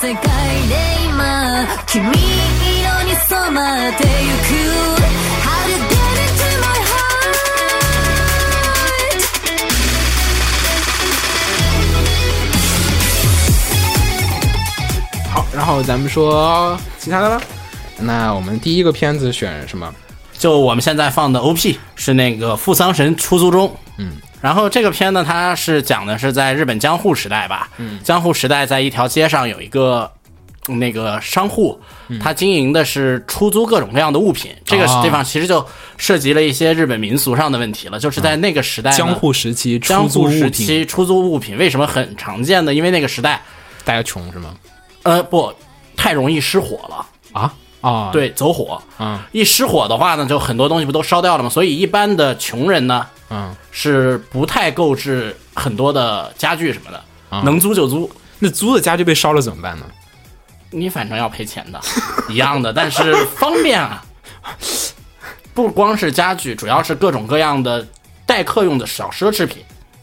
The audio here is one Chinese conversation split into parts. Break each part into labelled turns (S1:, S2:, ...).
S1: 世界で今君色に染まってゆく How to get into my heart
S2: 好，然后咱们说其他的了。那我们第一个片子选什么？
S3: 就我们现在放的 OP 是那个《富桑神出租中》。嗯，然后这个片呢，它是讲的是在日本江户时代吧。嗯，江户时代在一条街上有一个嗯那个商户，
S4: 嗯
S3: 他经营的是出租各种各样的物品。这个
S2: 哦
S3: 地方其实就涉及了一些日本民俗上的问题了，就是在那个时
S2: 哎
S3: 代呢，
S4: 江户时期出
S3: 江
S4: 租
S3: 户
S4: 物
S3: 时
S4: 品，
S3: 期出租物品为什么很常见呢？因为那个时代，
S2: 大家穷是吗？
S3: 呃，不太容易失火了。
S2: 啊哦，，
S3: 对，走火。
S2: 嗯
S3: 一失火的话呢，就很多东西不都烧掉了吗？所以一般的穷人呢
S2: 嗯，
S3: 是不太购置很多的家具什么的，
S2: 啊
S3: 能租就租，
S2: 那租的家具被烧了怎么办呢？
S3: 你反正要赔钱 的，一样的。但是方便啊，不光是家具，主要是各种各样的待客用的小奢侈品。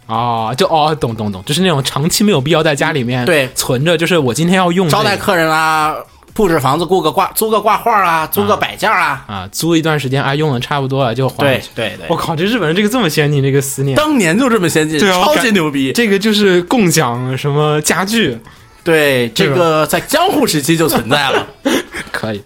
S2: 哦，就哦，懂懂懂，就是那种长期没有必要在家里面
S3: 对
S2: 存着，就是我今天要用这个、
S3: 招待客人啊，布置房子，雇个挂租个挂画啊，租个摆件啊。
S2: 啊，租一段时间啊，用的差不多了就还回
S3: 对
S2: 去。
S3: 对对
S2: 我，靠，这日本人这个这么先进，这个思念，
S3: 当年就这么先进，
S2: 对啊我
S3: 超级
S2: 感
S3: 牛逼。
S2: 这个就是共享什么家具，
S3: 对，这
S2: 对吧
S3: 个在江户时期就存在了。
S2: 可 以。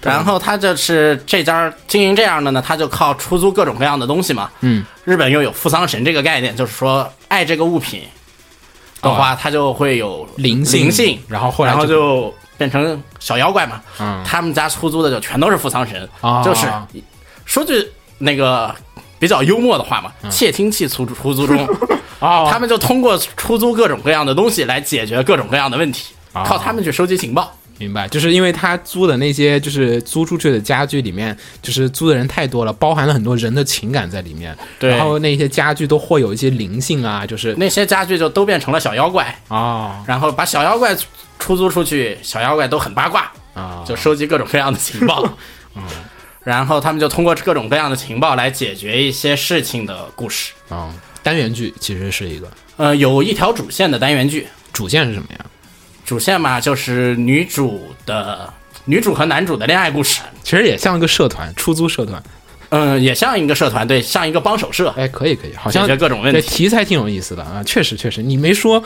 S3: 然后他就是这家经营这样的呢，他就靠出租各种各样的东西嘛。
S2: 嗯，
S3: 日本又有富桑神这个概念，就是说爱这个物品的话，它就会有
S2: 哦灵性
S3: 性，灵
S2: 然后后来
S3: 然后
S2: 就
S3: 就变成小妖怪嘛。
S2: 嗯
S3: 他们家出租的就全都是富桑神，
S2: 啊
S3: 就是说句那个比较幽默的话嘛，窃听器出出租中。
S2: 嗯 哦，
S3: 他们就通过出租各种各样的东西来解决各种各样的问题，
S2: 哦
S3: 靠他们去收集情报。
S2: 明白，就是因为他租的那些就是租出去的家具里面，就是租的人太多了，包含了很多人的情感在里面。
S3: 对
S2: 然后那些家具都会有一些灵性啊，就是
S3: 那些家具就都变成了小妖怪，
S2: 哦
S3: 然后把小妖怪出租出去，小妖怪都很八卦，
S2: 啊，
S3: 就收集各种各样的情 报。嗯然后他们就通过各种各样的情报来解决一些事情的故事。
S2: 啊、单元剧其实是一个
S3: 呃，有一条主线的单元剧，
S2: 主线是什么呀？
S3: 主线嘛就是女主的女主和男主的恋爱故事。
S2: 其实也像一个社团，出租社团。
S3: 嗯、也像一个社团，对，像一个帮手社。
S2: 哎，可以可以，好像
S3: 解决各种问题
S2: 对题材挺有意思的啊，确实确实，你没说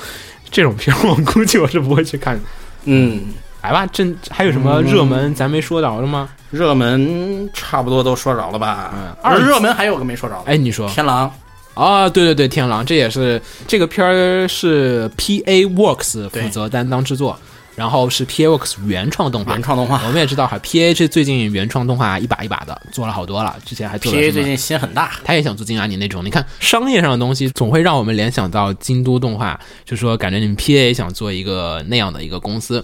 S2: 这种片儿，我估计我是不会去看的。
S3: 嗯，
S2: 来吧，这还有什么热门咱没说到的吗？
S3: 热门差不多都说着了吧？嗯
S2: 二
S3: 热门还有个没说着的，
S2: 哎，你说
S3: 天狼。
S2: 啊，对对对，天狼这也是这个片儿是 P A Works 负责担当制作，然后是 P A Works 原创动画，
S3: 原创动画
S2: 我们也知道哈，P A 是最近原创动画一把一把的做了好多了，之前还做
S3: P
S2: 了
S3: A
S2: 什
S3: 最
S2: 么？
S3: 近心很大，
S2: 他也想做金阿尼那种，你看商业上的东西总会让我们联想到京都动画，就说感觉你们 P A 也想做一个那样的一个公司。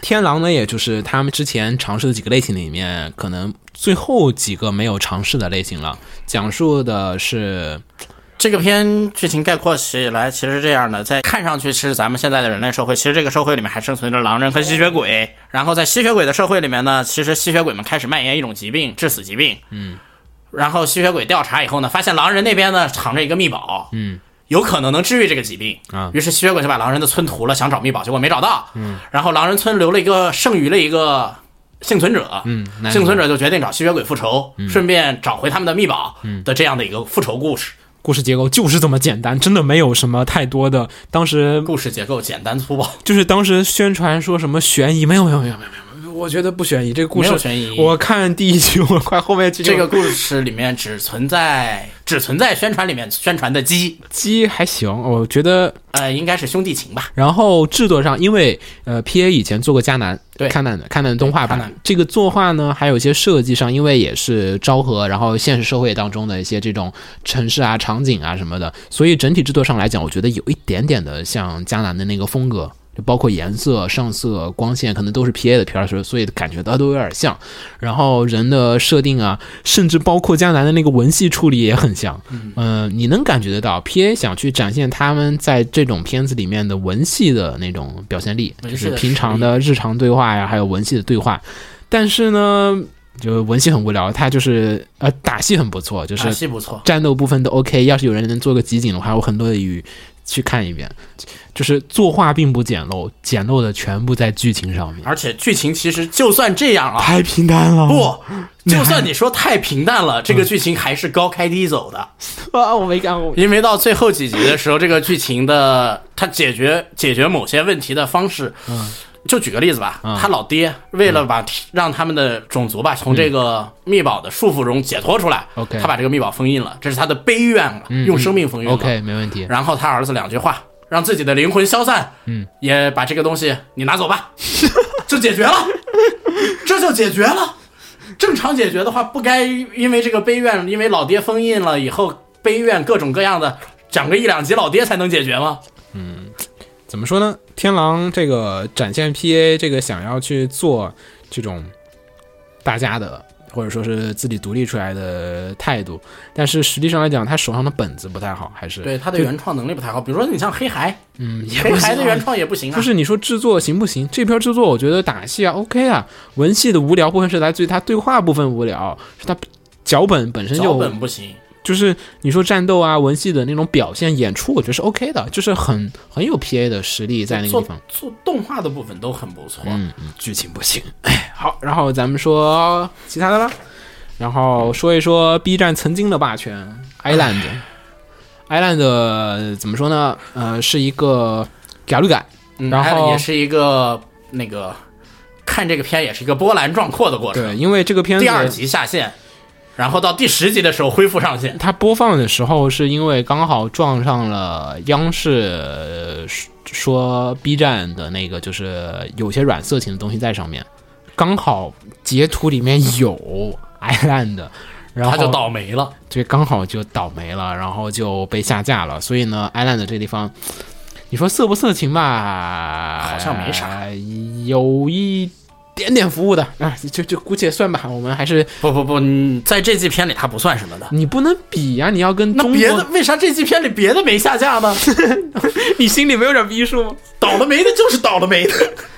S2: 天狼呢，也就是他们之前尝试的几个类型里面，可能最后几个没有尝试的类型了。讲述的是
S3: 这个片剧情概括起来其实是这样的，在看上去是咱们现在的人类社会，其实这个社会里面还生存着狼人和吸血鬼。然后在吸血鬼的社会里面呢，其实吸血鬼们开始蔓延一种疾病，致死疾病。嗯。然后吸血鬼调查以后呢，发现狼人那边呢藏着一个秘宝。嗯。有可能能治愈这个疾病
S2: 啊
S3: 于是吸血鬼就把狼人的村屠了，想找秘宝，结果没找到。嗯。然后狼人村留了一个剩余了一个幸存者。嗯
S2: 男主
S3: 幸存者就决定找吸血鬼复仇，顺便找回他们的秘宝的这样的一个复仇故事。
S2: 故事结构就是这么简单，真的没有什么太多的。当时
S3: 故事结构简单粗暴，
S2: 就是当时宣传说什么悬疑，没有没有没有没有没有，我觉得不悬疑，这个故
S3: 没
S2: 事
S3: 有悬疑
S2: 我看第一集，我快后面这
S3: 这个故事里面只存在只存在宣传里面宣传的鸡，
S2: 鸡还行，我觉得。
S3: 呃，应该是兄弟情吧。
S2: 然后制作上，因为呃，P A 以前做过迦南，
S3: 对
S2: 看南的看南动画版
S3: 看南，
S2: 这个作画呢，还有一些设计上，因为也是昭和，然后现实社会当中的一些这种城市啊、场景啊什么的，所以整体制作上来讲，我觉得有一点点的像迦南的那个风格。就包括颜色、上色、光线，可能都是 P A 的片儿，所以所以感觉到都有点像。然后人的设定啊，甚至包括迦南的那个文戏处理也很像。嗯、你能感觉得到 P A 想去展现他们在这种片子里面的文戏的那种表现力，
S3: 文
S2: 就
S3: 戏
S2: 是
S3: 的
S2: 平
S3: 实
S2: 常
S3: 力
S2: 的日常对话呀，还有文戏的对话。但是呢，就文戏很无聊，它就是呃打戏很不错，就是
S3: 啊打戏不错，
S2: 战斗部分都 OK。要是有人能做个集锦的话，我很乐于去看一遍，就是作画并不简陋，简陋的全部在剧情上面，
S3: 而且剧情其实就算这样啊，
S2: 太平淡了。
S3: 不，就算你说太平淡了，这个剧情还是高开低走的，
S2: 啊，我没看过。
S3: 因为到最后几集的时候，这个剧情的它解决解决某些问题的方式，
S2: 嗯
S3: 就举个例子吧，他老爹为了把让他们的种族吧从这个密宝的束缚中解脱出来
S2: 嗯 OK，嗯
S3: 他把这个密宝封印了，这是他的悲愿了，用生命封印了。
S2: OK，没问题。
S3: 然后他儿子两句话，让自己的灵魂消散，嗯，也把这个东西你拿 走吧，就解决了，这就解决了。正常解决的话，不该因为这个悲怨，因为老爹封印了以后，悲怨各种各样的，讲个一两集老爹才能解决吗？
S2: 怎么说呢？天狼这个展现 PA 这个想要去做这种大家的，或者说是自己独立出来的态度，但是实际上来讲，他手上的本子不太好，还是
S3: 对，他的原创能力不太好。比如说你像黑孩，
S2: 嗯，也
S3: 黑
S2: 不
S3: 孩
S2: 行
S3: 的
S2: 啊
S3: 原创也不行啊。
S2: 就是你说制作行不行？这篇制作我觉得打戏啊 OK 啊，文戏的无聊部分是来自于它对话部分无聊，是它脚本本身
S3: 脚
S2: 就
S3: 本不行，
S2: 就是你说战斗啊文戏的那种表现演出，我觉得是 OK 的，就是很很有 PA 的实力在那个
S3: 做
S2: 地方。
S3: 做动画的部分都很不错。
S2: 嗯，嗯剧情不行。哎，好，然后咱们说其他的啦，然后说一说 B 站曾经的霸权 Island。Island 呃怎么说呢？呃，是一个改绿改，
S3: 嗯
S2: 然
S3: 还有
S2: 后
S3: 也是一个那个看这个片也是一个波澜壮阔的过程。
S2: 对，因为这个片子
S3: 第二集下线，然后到第十集的时候恢复上线。
S2: 它播放的时候是因为刚好撞上了央视呃说 B 站的那个，就是有些软色情的东西在上面，刚好截图里面有 Island，然后
S3: 他就倒霉了，
S2: 对，刚好就倒霉了，然后就被下架了。所以呢，Island 这地方，你说色不色情吧，
S3: 好像没啥
S2: 呃有一点点服务的啊，就就姑且算吧。我们还是
S3: 不不不，你在这季片里他不算什么的。
S2: 你不能比呀、你要跟
S3: 那
S2: 中
S3: 别
S2: 国
S3: 的，为啥这季片里别的没下架呢？
S2: 你心里没有点逼数吗？
S3: 倒了霉的就是倒了霉的。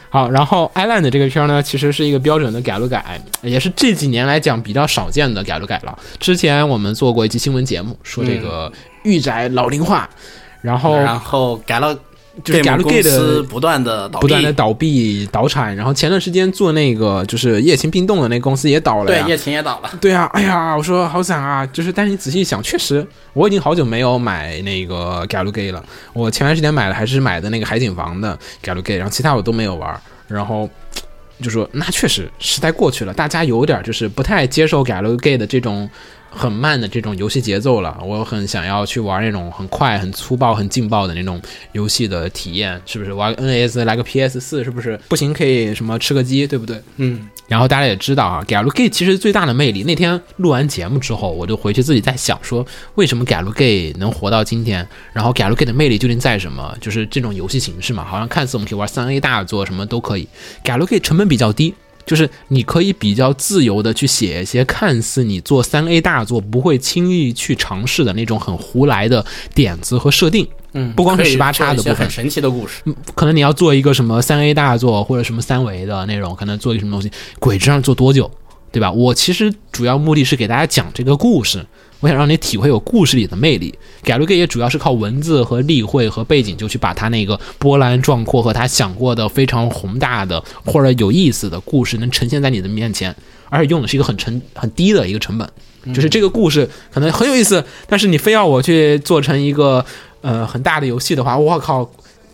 S2: 好，然后 Island 这个片儿呢，其实是一个标准的改路改，也是这几年来讲比较少见的改路改了。之前我们做过一期新闻节目，说这个御宅老龄化，嗯然后
S3: 然后改了，
S2: 哦就是改了 gay 的
S3: 公司不断的倒闭，
S2: 不断的倒闭倒产，然后前段时间做那个就是夜勤冰冻的那公司也倒了
S3: 对
S2: 呀。
S3: 叶琴也倒了。
S2: 对啊，哎呀，我说好惨啊！就是，但是你仔细一想，确实，我已经好久没有买那个 g a l u g a 了。我前段时间买的还是买的那个海景房的 g a l u g a 然后其他我都没有玩儿。然后嘖就说，那确实时代过去了，大家有点就是不太接受 g a l u g a 的这种很慢的这种游戏节奏了。我很想要去玩那种很快、很粗暴、很劲爆的那种游戏的体验，是不是？玩个 NS 来个 PS 四，是不是？不行可以什么吃个鸡，对不对？
S3: 嗯，
S2: 然后大家也知道啊 g a l u Gay 其实最大的魅力，那天录完节目之后，我就回去自己在想说，为什么 g a l u Gay 能活到今天？然后 g a l u Gay 的魅力究竟在什么？就是这种游戏形式嘛，好像看似我们可以玩三 A 大作，什么都可以。g a l u Gay 成本比较低，就是你可以比较自由的去写一些看似你做三 A 大作不会轻易去尝试的那种很胡来的点子和设定。嗯，不光是
S3: 可以
S2: 十八叉的
S3: 做
S2: 部
S3: 一些
S2: 分嗯
S3: 很，神奇的故事。
S2: 可能你要做一个什么三 A 大作或者什么三维的那种，可能做一个什么东西，鬼知道做多久，对吧？我其实主要目的是给大家讲这个故事，我想让你体会我故事里的魅力。改路 gay 也主要是靠文字和例会和背景，就去把他那个波澜壮阔和他想过的非常宏大的或者有意思的故事能呈现在你的面前，而且用的是一个很成很低的一个成本。就是这个故事可能很有意思，但是你非要我去做成一个呃很大的游戏的话，我靠，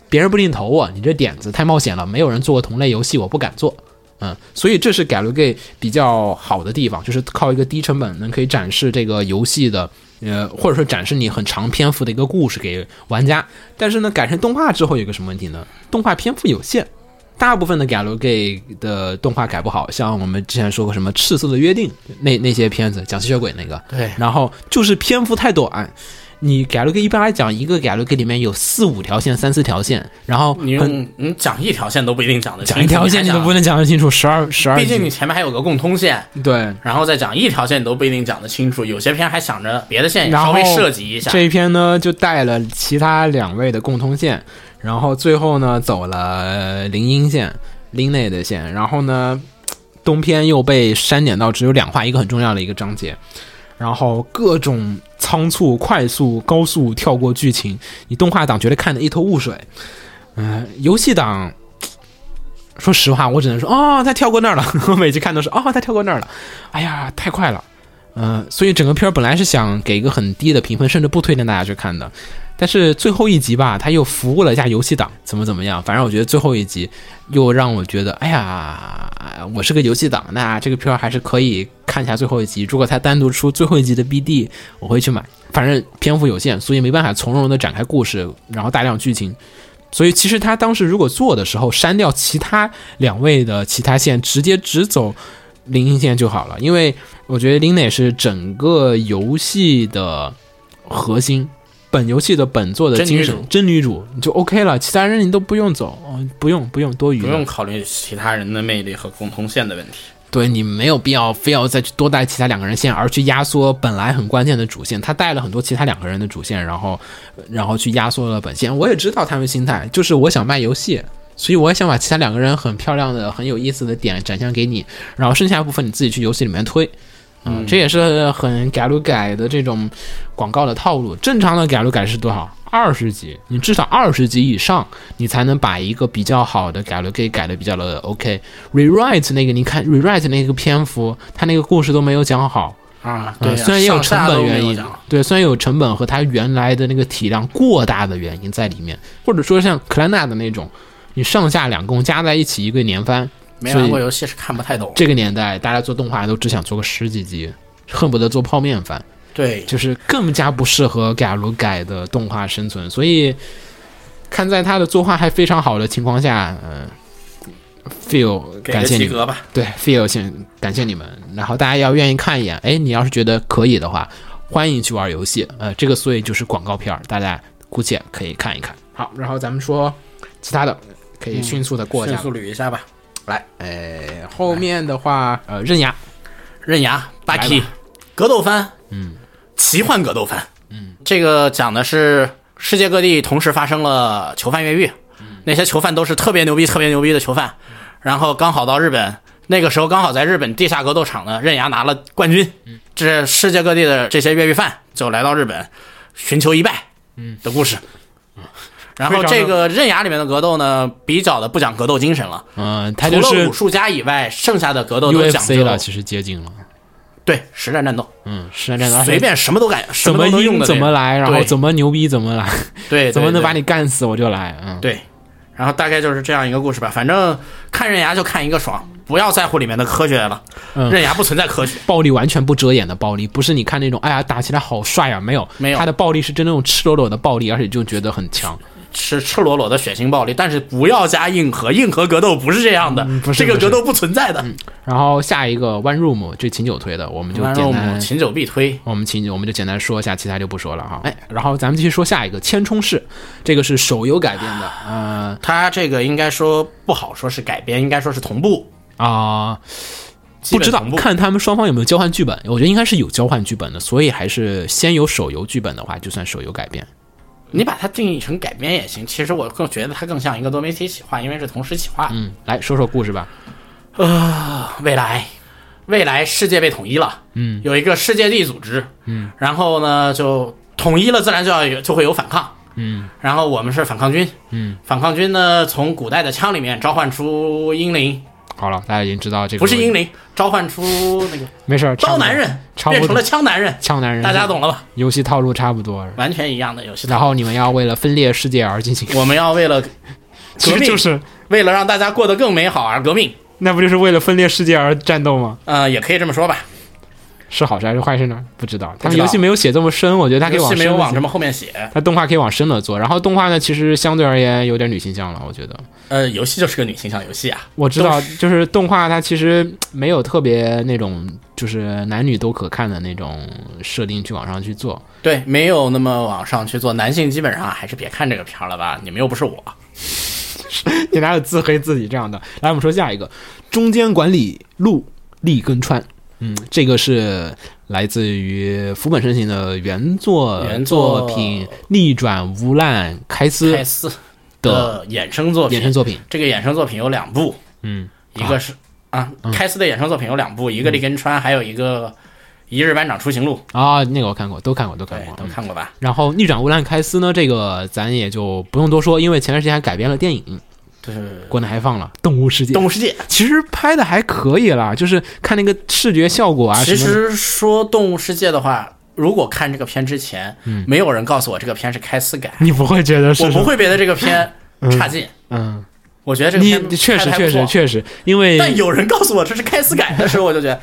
S2: 别人不一定投啊我，你这点子太冒险了，没有人做过同类游戏，我不敢做。嗯，所以这是 g a l g a 比较好的地方，就是靠一个低成本能可以展示这个游戏的，呃，或者说展示你很长篇幅的一个故事给玩家。但是呢，改成动画之后有一个什么问题呢？动画篇幅有限，大部分的 g a l g a 的动画改不好，像我们之前说过什么《赤色的约定》那那些片子，讲吸血鬼那个，
S3: 对
S2: 然后就是篇幅太短。你改了个一般来讲，一个改了个里面有四五条线、三四条线，然后
S3: 你
S2: 很
S3: 用你讲一条线都不一定讲得清
S2: 讲一条线你
S3: 你还
S2: 都
S3: 讲
S2: 不能讲得清楚，十二十二，
S3: 毕竟你前面还有个共通线，
S2: 对。
S3: 然后再讲一条线你都不一定讲得清楚，有些片还想着别的线也
S2: 然后
S3: 稍微涉及一下。
S2: 这一篇呢，就带了其他两位的共通线，然后最后呢走了林荫线、林内的线，然后呢东篇又被删减到只有两话，一个很重要的一个章节，然后各种仓促、快速、高速跳过剧情，你动画党觉得看得一头雾水。嗯、游戏党，说实话，我只能说，哦，他跳过那儿了。 我每次看都是，哦，他跳过那儿了。哎呀，太快了。嗯、所以整个片儿本来是想给一个很低的评分，甚至不推荐大家去看的。但是最后一集吧，他又服务了一下游戏党，怎么怎么样？反正我觉得最后一集又让我觉得，哎呀，我是个游戏党，那这个片儿还是可以看一下最后一集。如果他单独出最后一集的 BD，我会去买。反正篇幅有限，所以没办法从容的展开故事，然后大量剧情。所以其实他当时如果做的时候删掉其他两位的其他线，直接只走林荫线就好了，因为我觉得林磊是整个游戏的核心，本游戏的本作的
S3: 真女
S2: 精神
S3: 主，
S2: 真女主你就 OK 了，其他人你都不用走，嗯，不用不用多余
S3: 不
S2: 的，
S3: 用考虑其他人的魅力和共同线的问题。
S2: 对你没有必要非要再去多带其他两个人线，而去压缩本来很关键的主线。他带了很多其他两个人的主线，然后，然后去压缩了本线。我也知道他们心态，就是我想卖游戏，所以我也想把其他两个人很漂亮的、很有意思的点展现给你，然后剩下的部分你自己去游戏里面推。嗯，这也是很改路改的这种广告的套路。正常的改路改是多少？二十集，你至少二十集以上，你才能把一个比较好的改了给改的比较的 OK。rewrite 那个，你看 rewrite 那个篇幅，他那个故事都没有讲好。
S3: 啊，
S2: 嗯
S3: 对呀
S2: 虽然也有成本原因
S3: 上下都没有讲，
S2: 对，虽然有成本和它原来的那个体量过大的原因在里面，或者说像克兰纳的那种，你上下两共加在一起一个年番，
S3: 没
S2: 所以
S3: 玩过游戏是看不太懂。
S2: 这个年代大家做动画都只想做个十几集，恨不得做泡面番。
S3: 对，
S2: 就是更加不适合改如改的动画生存。所以，看在他的作画还非常好的情况下，嗯、f e e l
S3: 给个
S2: 感谢
S3: 及
S2: 你们，
S3: 格吧。
S2: 对 feel 先感谢你们。然后大家要愿意看一眼，哎，你要是觉得可以的话，欢迎去玩游戏。呃，这个所以就是广告片儿，大家姑且可以看一看。好，然后咱们说其他的，可以迅速的过一
S3: 迅
S2: 下。
S3: 速捋一下吧。
S2: 来，哎，后面的话，呃，刃牙，
S3: 刃牙、巴
S2: 来
S3: K
S2: 吧、
S3: 格斗番，嗯，奇幻格斗番，嗯，这个讲的是世界各地同时发生了囚犯越狱，
S2: 嗯
S3: 那些囚犯都是特别牛逼、特别牛逼的囚犯，然后刚好到日本，那个时候刚好在日本地下格斗场呢，刃牙拿了冠军，
S2: 嗯
S3: 这世界各地的这些越狱犯就来到日本寻求一败，嗯的故事。然后
S2: 非常的
S3: 这个刃牙里面的格斗呢，比较的不讲格斗精神了，
S2: 嗯，他
S3: 除
S2: 就
S3: 了
S2: 是
S3: 武术家以外，剩下的格斗都讲
S2: UFC
S3: 究
S2: 了，其实接近了。
S3: 对实战战斗。
S2: 嗯，实战战斗
S3: 随便什么都敢，什
S2: 怎么
S3: 么都能用
S2: 阴
S3: 的，
S2: 怎么来，然后
S3: 对
S2: 怎么牛逼怎么来，
S3: 对，
S2: 怎么能把
S3: 你
S2: 你干死我就来，嗯，
S3: 对，然后大概就是这样一个故事吧。反正看刃牙就看一个爽，不要在乎里面的科学了，
S2: 嗯
S3: 刃牙不存在科学。
S2: 暴力完全不遮掩的暴力，不是你看那种哎呀打起来好帅啊，没有，
S3: 没有
S2: 他的暴力是真那种赤裸裸的暴力，而且就觉得很强，
S3: 是赤裸裸的血腥暴力，但是不要加硬核，硬核格斗不是这样的，
S2: 嗯不是
S3: 这个
S2: 不是
S3: 格斗不存在的。
S2: 然后下一个 One Room 这秦九推的，我们就
S3: 然后
S2: 简
S3: 我们
S2: 单。
S3: 秦九必推，
S2: 我们秦我们就简单说一下，其他就不说了哈。哎，然后咱们继续说下一个《千冲式》，这个是手游改编的，呃，
S3: 他这个应该说不好说是改编，应该说是同步，
S2: 啊、
S3: 基
S2: 不
S3: 本
S2: 知道
S3: 同步
S2: 看他们双方有没有交换剧本，我觉得应该是有交换剧本的，所以还是先有手游剧本的话，就算手游改编。
S3: 你把它定义成改编也行。其实我更觉得它更像一个多媒体企划，因为是同时企划。
S2: 嗯，来说说故事吧。
S3: 未来，未来世界被统一了，嗯，有一个世界地组织，嗯，然后呢就统一了，自然就要有就会有反抗，嗯，然后我们是反抗军，嗯，反抗军呢从古代的枪里面召唤出英灵，
S2: 好了，大家已经知道这个
S3: 不是英
S2: 灵，
S3: 灵，召唤出那个
S2: 没事儿，差
S3: 刀
S2: 不多
S3: 男人，
S2: 差
S3: 变
S2: 不
S3: 成
S2: 多
S3: 了，枪男人，
S2: 枪男人，
S3: 大家懂了吧？
S2: 游戏套路差不多。
S3: 完全一样的游戏。
S2: 然后你们要为了分裂世界而进行，
S3: 我们要为了
S2: 其实
S3: 革命
S2: 就是
S3: 为了让大家过得更美好而革命，
S2: 那不就是为了分裂世界而战斗吗？
S3: 呃，也可以这么说吧。
S2: 是好事还是坏事呢？不知道，他
S3: 不
S2: 们
S3: 知道
S2: 游戏没有写这么深，我觉得它可以
S3: 游
S2: 往
S3: 戏没
S2: 深
S3: 有
S2: 了
S3: 往
S2: 写
S3: 这么后面写，
S2: 它动画可以往深了做。然后动画呢，其实相对而言有点女性向了，我觉得。
S3: 呃，游戏就是个女性向游戏啊。
S2: 我知道，就是动画它其实没有特别那种就是男女都可看的那种设定去往上去做。
S3: 对，没有那么往上去做。男性基本上还是别看这个片儿了吧，你们又不是我。
S2: 你哪有自黑自己这样的？来，我们说下一个，中间管理路立根川。嗯，这个是来自于福本伸行的原作
S3: 原作
S2: 作品《逆转无烂开司
S3: 泰》斯
S2: 的
S3: 的衍生作
S2: 衍
S3: 品，嗯
S2: 生作品。
S3: 这个衍生作品有两部，
S2: 嗯，
S3: 啊一个是啊，开司的衍生作品有两部，一个《利根川》，还有一个一日班长出行录》，
S2: 啊，那个我看过，都看过，都看
S3: 对
S2: 过，，
S3: 都
S2: 嗯
S3: 看过吧？
S2: 然后逆转乌兰开司呢，这个咱也就不用多说，因为前段时间还改编了电影，
S3: 对，《
S2: 国内还放了《动物世界》。
S3: 动物世界》
S2: 其实拍的还可以啦，就是看那个视觉效果啊什
S3: 其
S2: 么的。
S3: 实说《动物世界》的话，如果看这个片之前，
S2: 嗯
S3: 没有人告诉我这个片是开司改，
S2: 你不会觉得是
S3: 我
S2: 什么
S3: 不会觉得这个片差劲。
S2: 嗯，
S3: 我觉得这个片
S2: 你确实
S3: 拍得还
S2: 确
S3: 不错
S2: 实确实，因为
S3: 但有人告诉我这是开司改的时候，我就 觉得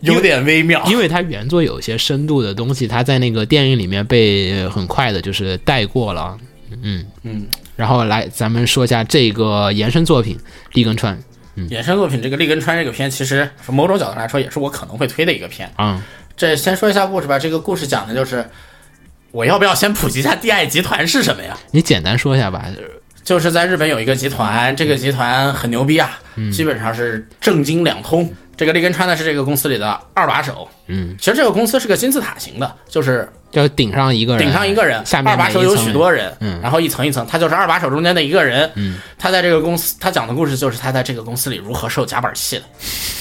S3: 有点微妙。
S2: 因为它原作有一些深度的东西，它在那个电影里面被呃很快的就是带过了，嗯
S3: 嗯，
S2: 然后来咱们说一下这个延伸作品《立根川》
S3: 衍生作品这个《立根川》这个片，其实某种角度来说也是我可能会推的一个片。
S2: 啊、
S3: 这先说一下故事吧。这个故事讲的就是，我要不要先普及一下 DI 集团是什么呀？
S2: 你简单说一下吧，
S3: 就是在日本有一个集团，这个集团很牛逼啊，基本上是政经两通。这个立根川呢是这个公司里的二把手，
S2: 嗯，
S3: 其实这个公司是个金字塔型的，就是
S2: 就顶上一个人，
S3: 顶上一个人，
S2: 下面
S3: 二把
S2: 每
S3: 手
S2: 一
S3: 有
S2: 层
S3: 许
S2: 人
S3: 多人，
S2: 嗯
S3: 然后一层一层，他就是二把手中间的一个人，嗯，他在这个公司，他讲的故事就是他在这个公司里如何受夹板气的，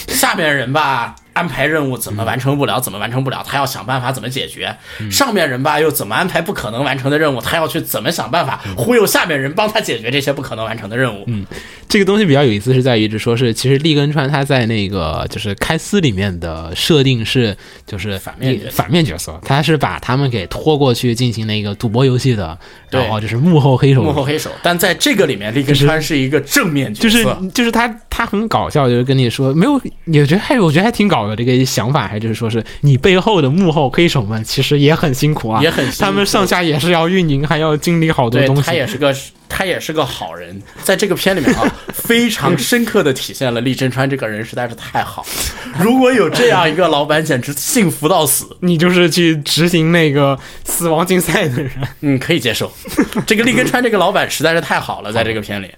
S3: 下面人吧安排任务怎么完成不了，怎么完成不了，他要想办法怎么解决，上面人吧又怎么安排不可能完成的任务，他要去怎么想办法忽悠下面人帮他解决这些不可能完成的任务，嗯，
S2: 这个东西比较有意思，是在于，就说是其实立根川他在那个就是开司里面的设定是就是
S3: 反面角色
S2: 反面角色，他是把他们给拖过去进行那个赌博游戏的，
S3: 对
S2: 然后就是幕后黑手，
S3: 幕后黑手，但在这个里面，立根川是一个正面角
S2: 就
S3: 色，
S2: 是就是他他很搞笑，就是跟你说没有，也觉得哎还我觉得还挺搞的这个想法，还就是说是你背后的幕后黑手们其实也很辛苦啊，
S3: 也很辛苦
S2: 他们上下也是要运营，还要经历好多
S3: 对
S2: 东西，
S3: 他也是个他也是个好人，在这个片里面 啊，非常深刻的体现了利真川这个人实在是太好了。如果有这样一个老板，简直幸福到死。
S2: 你就是去执行那个死亡竞赛的人。
S3: 嗯，可以接受。这个利根川这个老板实在是太好了，在这个片里，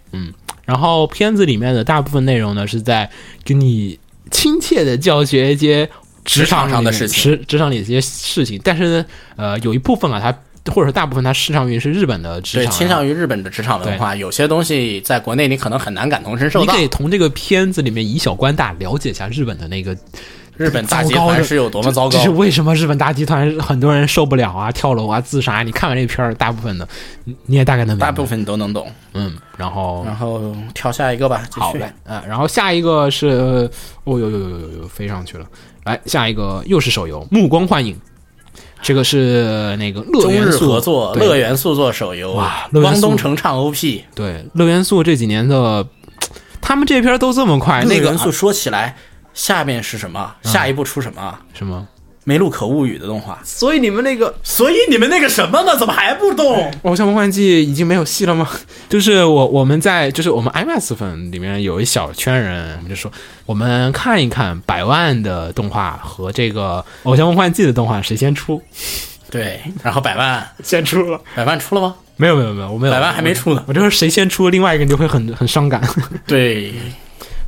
S2: 然后片子里面的大部分内容呢，是在跟你亲切的教学一些职场
S3: 职场上的
S2: 里面
S3: 事情
S2: 职职场里的一些事情。但是呢，呃，有一部分啊，它或者说大部分它市场于是日本的职
S3: 对，
S2: 场，啊
S3: 倾向于日本的职场文化，有些东西在国内你可能很难感同身受
S2: 你
S3: 到
S2: 可。以从这个片子里面以小观大，了解一下日本的那个
S3: 日本大集
S2: 糟糕
S3: 团
S2: 的
S3: 是有多么糟
S2: 这
S3: 糕
S2: 是。为什么日本大集团很多人受不了啊，跳楼啊、自杀啊、你看完这片儿，大部分的你你也大概能明白
S3: 大部分你都能懂，
S2: 嗯，然后
S3: 然后跳下一个吧，继
S2: 好
S3: 续
S2: 的。，嗯，然后下一个是，呃哦呦呦呦呦呦，飞上去了。来，下一个又是手游《暮光幻影》，这个是那个乐
S3: 中
S2: 元
S3: 日
S2: 素
S3: 合作，
S2: 对
S3: 乐元素做手游，
S2: 哇乐元
S3: 汪
S2: 素
S3: 东城唱 OP，
S2: 对乐元素这几年的，他们这片儿都这么快，哎那
S3: 那
S2: 个啊嗯
S3: 个元素说起来，下面是什么？下一步出什么？
S2: 什么？
S3: 梅露可物语的动画。
S2: 所以你们那个
S3: 所以你们那个什么呢？怎么还不动？
S2: 《偶像梦幻祭》已经没有戏了吗？ 就是我我们在就是我们 IMAX 粉里面有一小圈人，我们就说我们看一看百万的动画和这个《偶像梦幻祭》的动画谁先出，
S3: 对，然后百万，
S2: 先出了。
S3: 百万出了吗？
S2: 没有没有没有，我没有，
S3: 百万还没出呢
S2: 我就说谁先出，另外一个人就会很很伤 感。
S3: 对，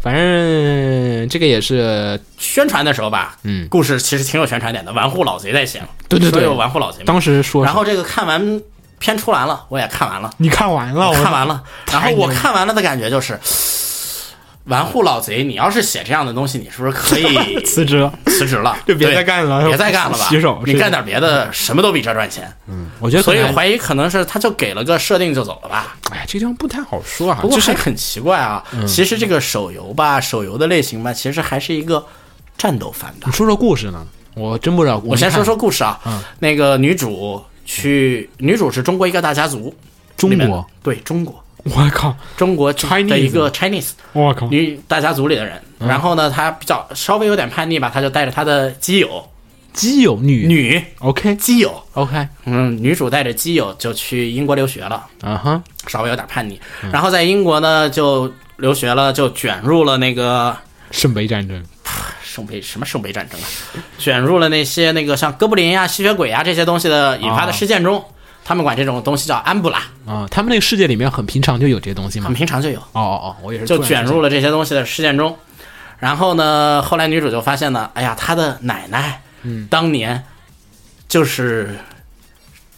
S2: 反正这个也是，
S3: 宣传的时候吧，
S2: 嗯
S3: 故事其实挺有宣传点的，玩户老贼在写嘛，
S2: 对对对
S3: 说有玩户老贼嘛。
S2: 当时说是，
S3: 然后这个看完片出来了，我也看完了，
S2: 你看完啊了，我
S3: 看完了，然后
S2: 太牛
S3: 我
S2: 了
S3: 看完了的感觉就是。玩户老贼，你要是写这样的东西，你是不是可以
S2: 辞职了。
S3: 辞职了？
S2: 就别
S3: 对
S2: 再干了
S3: 别再干了吧，
S2: 洗手
S3: 你
S2: 是
S3: 干点别的，什么都比这赚钱。
S2: 我觉得可
S3: 所以
S2: 能，
S3: 怀疑可能是他就给了个设定就走了吧。
S2: 哎，这地方不太好说啊，
S3: 不过
S2: 就
S3: 还
S2: 是嗯
S3: 很奇怪啊，其实这个手游吧，手游的类型吧，其实还是一个战斗番的
S2: 你。说说故事呢，我真不知道。我
S3: 我
S2: 没
S3: 先说
S2: 嗯看嗯
S3: 说故事啊，那个女主去，女主是中国一个大家族，
S2: 中
S3: 里面
S2: 国，
S3: 对中国
S2: 我靠，
S3: 中国
S2: Chinese 嗯
S3: 的一个 Chinese
S2: 我靠，
S3: 女大家族里的人。然后呢，她比较稍微有点叛逆吧，她就带着她的基友
S2: 基友女
S3: 女
S2: ，OK
S3: 基友，
S2: OK，
S3: 嗯，女主带着基友就去英国留学
S4: 嗯
S3: 了。
S2: 啊哈，
S3: 稍微有点叛逆。然后在英国呢，就留学了，就卷入了那个
S2: 圣杯战争，
S3: 圣杯什么圣杯战争啊，卷入了那些那个像哥布林呀、吸血鬼啊呀这些东西的引发的事件
S4: 哦
S3: 中。他们管这种东西叫安布拉，
S2: 啊，他们那个世界里面很平常就有这些
S4: 嗯
S2: 东西嘛
S3: 很。平常就有，
S2: 哦哦哦，我也是
S3: 就
S2: 突然
S3: 卷
S2: 之间
S3: 入了这些东西的事件中。然后呢，后来女主就发现呢，哎呀，她的奶奶，嗯，当年就是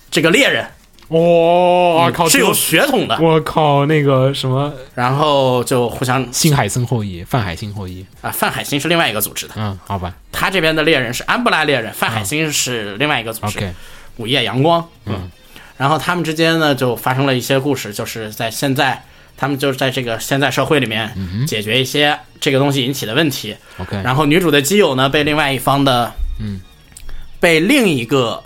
S3: 这个猎人
S4: 我、靠，
S3: 是有血统的。
S4: 我靠那个什么
S3: 然后就互相
S2: 新海森后裔，范海辛后裔，
S3: 啊，范海辛是另外一个组织的，
S2: 嗯，好吧
S3: 他这边的猎人是安布拉猎人，范海辛是另外一个组织。
S2: ，OK，
S3: 午夜阳光，嗯，然后他们之间呢就发生了一些故事，就是在现在，他们就是在这个现在社会里面解决一些这个东西引起的问题，
S2: OK，
S3: 然后女主的基友呢被另外一方的，嗯，被另一个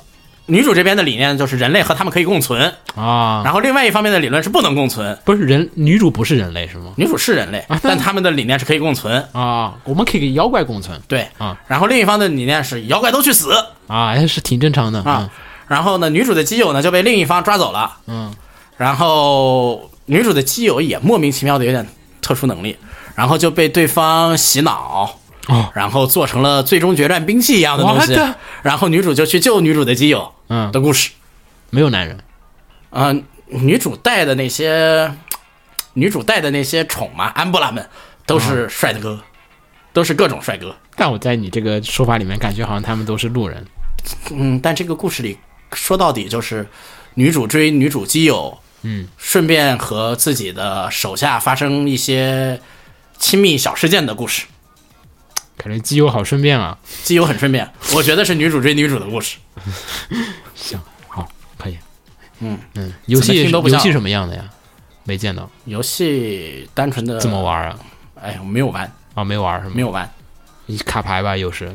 S3: 女主这边的理念就是人类和他们可以共存，
S2: 啊，
S3: 然后另外一方面的理论是不能共存，
S2: 不是人，女主不是人类是吗？
S3: 女主是人类，但他们的理念是可以共存，
S2: 啊，我们可以给妖怪共存
S3: 对，
S2: 啊
S3: 然后另一方的理念是妖怪都去死
S2: 啊，还是挺正常的
S3: 啊，然后呢，女主的基友呢就被另一方抓走了。
S2: 嗯，嗯
S3: 然后女主的基友也莫名其妙的有点特殊能力，然后就被对方洗脑，
S2: 哦
S3: 然后做成了最终决战兵器一样的东西
S2: What？，
S3: 然后女主就去救女主的基友
S2: 嗯，
S3: 的故事。
S2: 没有男人
S3: 啊、女主带的那些，女主带的那些宠嘛，安布拉们都
S2: 嗯
S3: 是帅的哥，都是各种帅哥。
S2: 但我在你这个说法里面，感觉好像他们都是路人。
S3: 嗯，但这个故事里说到底就是女主追女主基友，嗯，顺便和自己的手下发生一些亲密小事件的故事。
S2: 感觉基友好顺便啊。
S3: 基友很顺便，我觉得是女主追女主的故事。
S2: 行，好，可以。
S3: 嗯
S2: 嗯，游
S3: 怎么
S2: 戏
S3: 听都不
S2: 游
S3: 像
S2: 戏什么样的呀？没见到，
S3: 游戏单纯的
S2: 怎么？玩啊？
S3: 哎，我没有玩，
S2: 啊，没玩是吗？
S3: 没有玩。
S2: 有卡牌吧？又是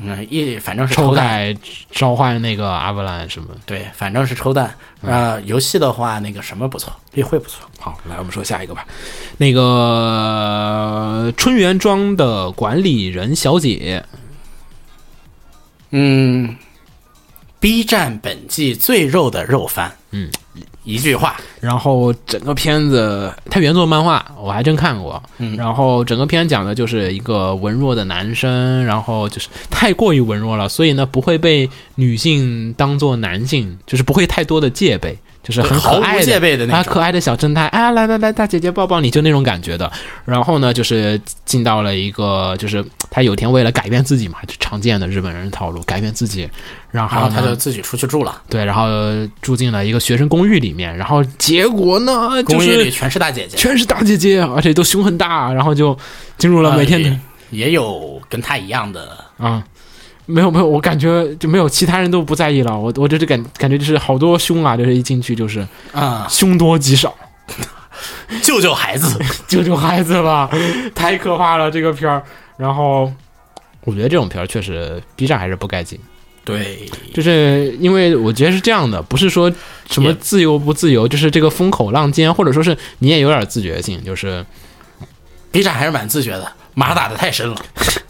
S3: 嗯，一反正是
S2: 抽
S3: 抽蛋，
S2: 改召唤那个阿布兰什么？
S3: 对，反正是抽蛋。
S2: 嗯
S3: 啊、游戏的话，那个什么不错，例会不错。
S2: 好，来我们说下一个吧。那个呃春园庄的管理人小姐，
S3: 嗯，B 站本季最肉的肉番，
S2: 嗯，
S3: 一句话，
S2: 然后整个片子，它原作漫画我还真看过，
S3: 嗯
S2: 然后整个片讲的就是一个文弱的男生，然后就是太过于文弱了，所以呢不会被女性当做男性，就是不会太多的戒备，就是很可
S3: 毫
S2: 爱
S3: 无戒备的那
S2: 啊，
S3: 种
S2: 可爱的小正太啊，来来来，大姐姐抱抱你，就那种感觉的。然后呢，就是进到了一个，就是他有一天为了改变自己嘛，就常见的日本人套路，改变自己，然后
S3: 然后他
S2: 呢
S3: 就自己出去住了。
S2: 对，然后住进了一个学生公寓里面，然后结果呢，就
S3: 公寓里
S2: 是
S3: 全是大姐姐，
S2: 全是大姐姐，而且都胸很大，然后就进入了每天的
S3: 呃也也有跟他一样的，
S2: 啊、没有没有，我感觉就没有，其他人都不在意了，我我就是感感觉就是好多胸啊，就是一进去就是
S3: 啊、
S2: 凶多吉少，
S3: 救救孩子，
S2: 救救孩子吧，太可怕了这个片儿。然后我觉得这种片儿确实 B 站还是不该进，
S3: 对，
S2: 就是因为我觉得是这样的，不是说什么
S3: 也
S2: 自由不自由，就是这个风口浪尖，或者说是你也有点自觉性，就是
S3: B 站还是蛮自觉的，码打的太深 了，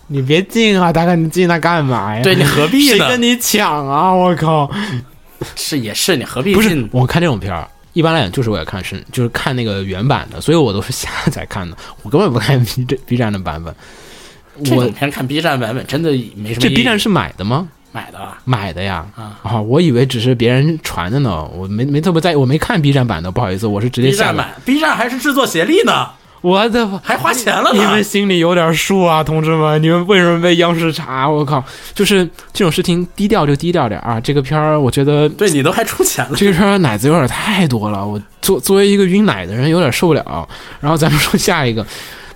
S2: 你别进啊，大哥，你进那干嘛呀？
S3: 对你何必
S2: 谁
S3: 呢？
S2: 跟你抢啊？我靠！
S3: 是也是你何必
S2: 不是
S3: 进，
S2: 我看这种片儿，一般来讲就是为了看是就是看那个原版的，所以我都是下载看的，我根本不看 B 站 B 站的 版本。
S3: 这
S2: 我
S3: 种片看 B 站版本真的没什么意义。
S2: 这 B 站是买的吗？
S3: 买的吧？
S2: 买的呀
S3: 啊
S2: 我以为只是别人传的呢，我没没特别在意，我没看 B 站版的，不好意思，我是直接
S3: B
S2: 下
S3: 站
S2: 载。
S3: 买，B 站还是制作协力呢，
S2: 我的
S3: 还花钱 了
S2: 你们
S3: 呢。
S2: 心里有点数啊，同志们，你们为什么被央视查？我靠，就是这种事情低调就低调点啊。这个片儿，我觉得
S3: 对你都还出钱了，
S2: 这个片儿奶子有点太多了，我作 作为一个晕奶的人有点受不了。然后咱们说下一个，《